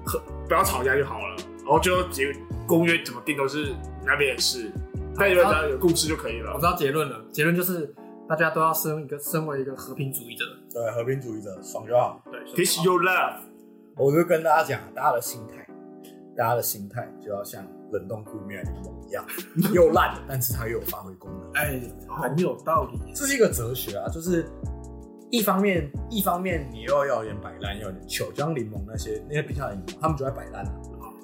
和不要吵架就好了，然后最后结公约怎么定都是那边的事，但你们只要有共识就可以我了知。道结论了，结论就是大家都要身一个身为一个和平主义者，对，和平主义者爽就好。对， Peace your love，我就跟大家讲，大家的心态，大家的心态就要像冷冻库里面的柠檬一样， (laughs) 又烂，但是它又有发挥功能。哎，很有道理。这是一个哲学啊，就是一方面，一方面你又要有点摆烂，又有点糗，就像柠檬那些那些冰下的柠檬，他们就在摆烂啊，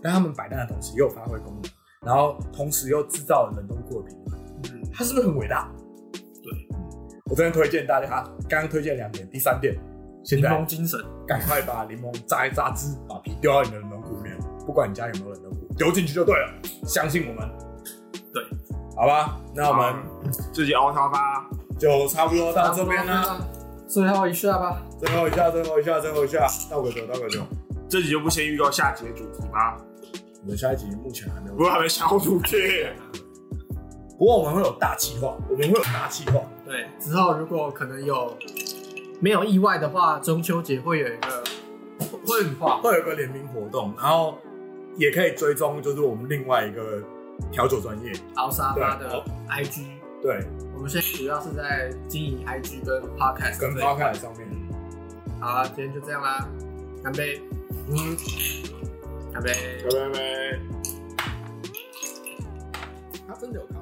但他们摆烂的东西又有发挥功能，然后同时又制造了冷冻库的平衡，嗯，它是不是很伟大？对嗯，我真的推荐大家，刚刚推荐两点，第三点，现柠在檬精神，赶快把柠檬榨一榨汁，把皮丢到你的冷冻库里面，不管你家有没有冷冻库，丢进去就对了，相信我们。对，好吧，那我们嗯自己熬沙发，就差不多到这边啦、差不多啦，最后一下吧。最后一下，最后一下，最后一下，倒个酒，倒个酒。这集就不先预告下集的主题吗？我们下一集目前还没有不，过还没想好主题，不过我们会有大计划，我们会有大计划。对，之后如果可能有没有意外的话，中秋节会有一个问话，会有一个联名活动，然后也可以追踪，就是我们另外一个调酒专业，熬沙发的对 IG。对，我们现在主要是在经营 IG 跟 Podcast 跟这一块 p 开上面。好啦，今天就这样啦，干杯，嗯，干杯。拜拜拜。他真的有咖啡。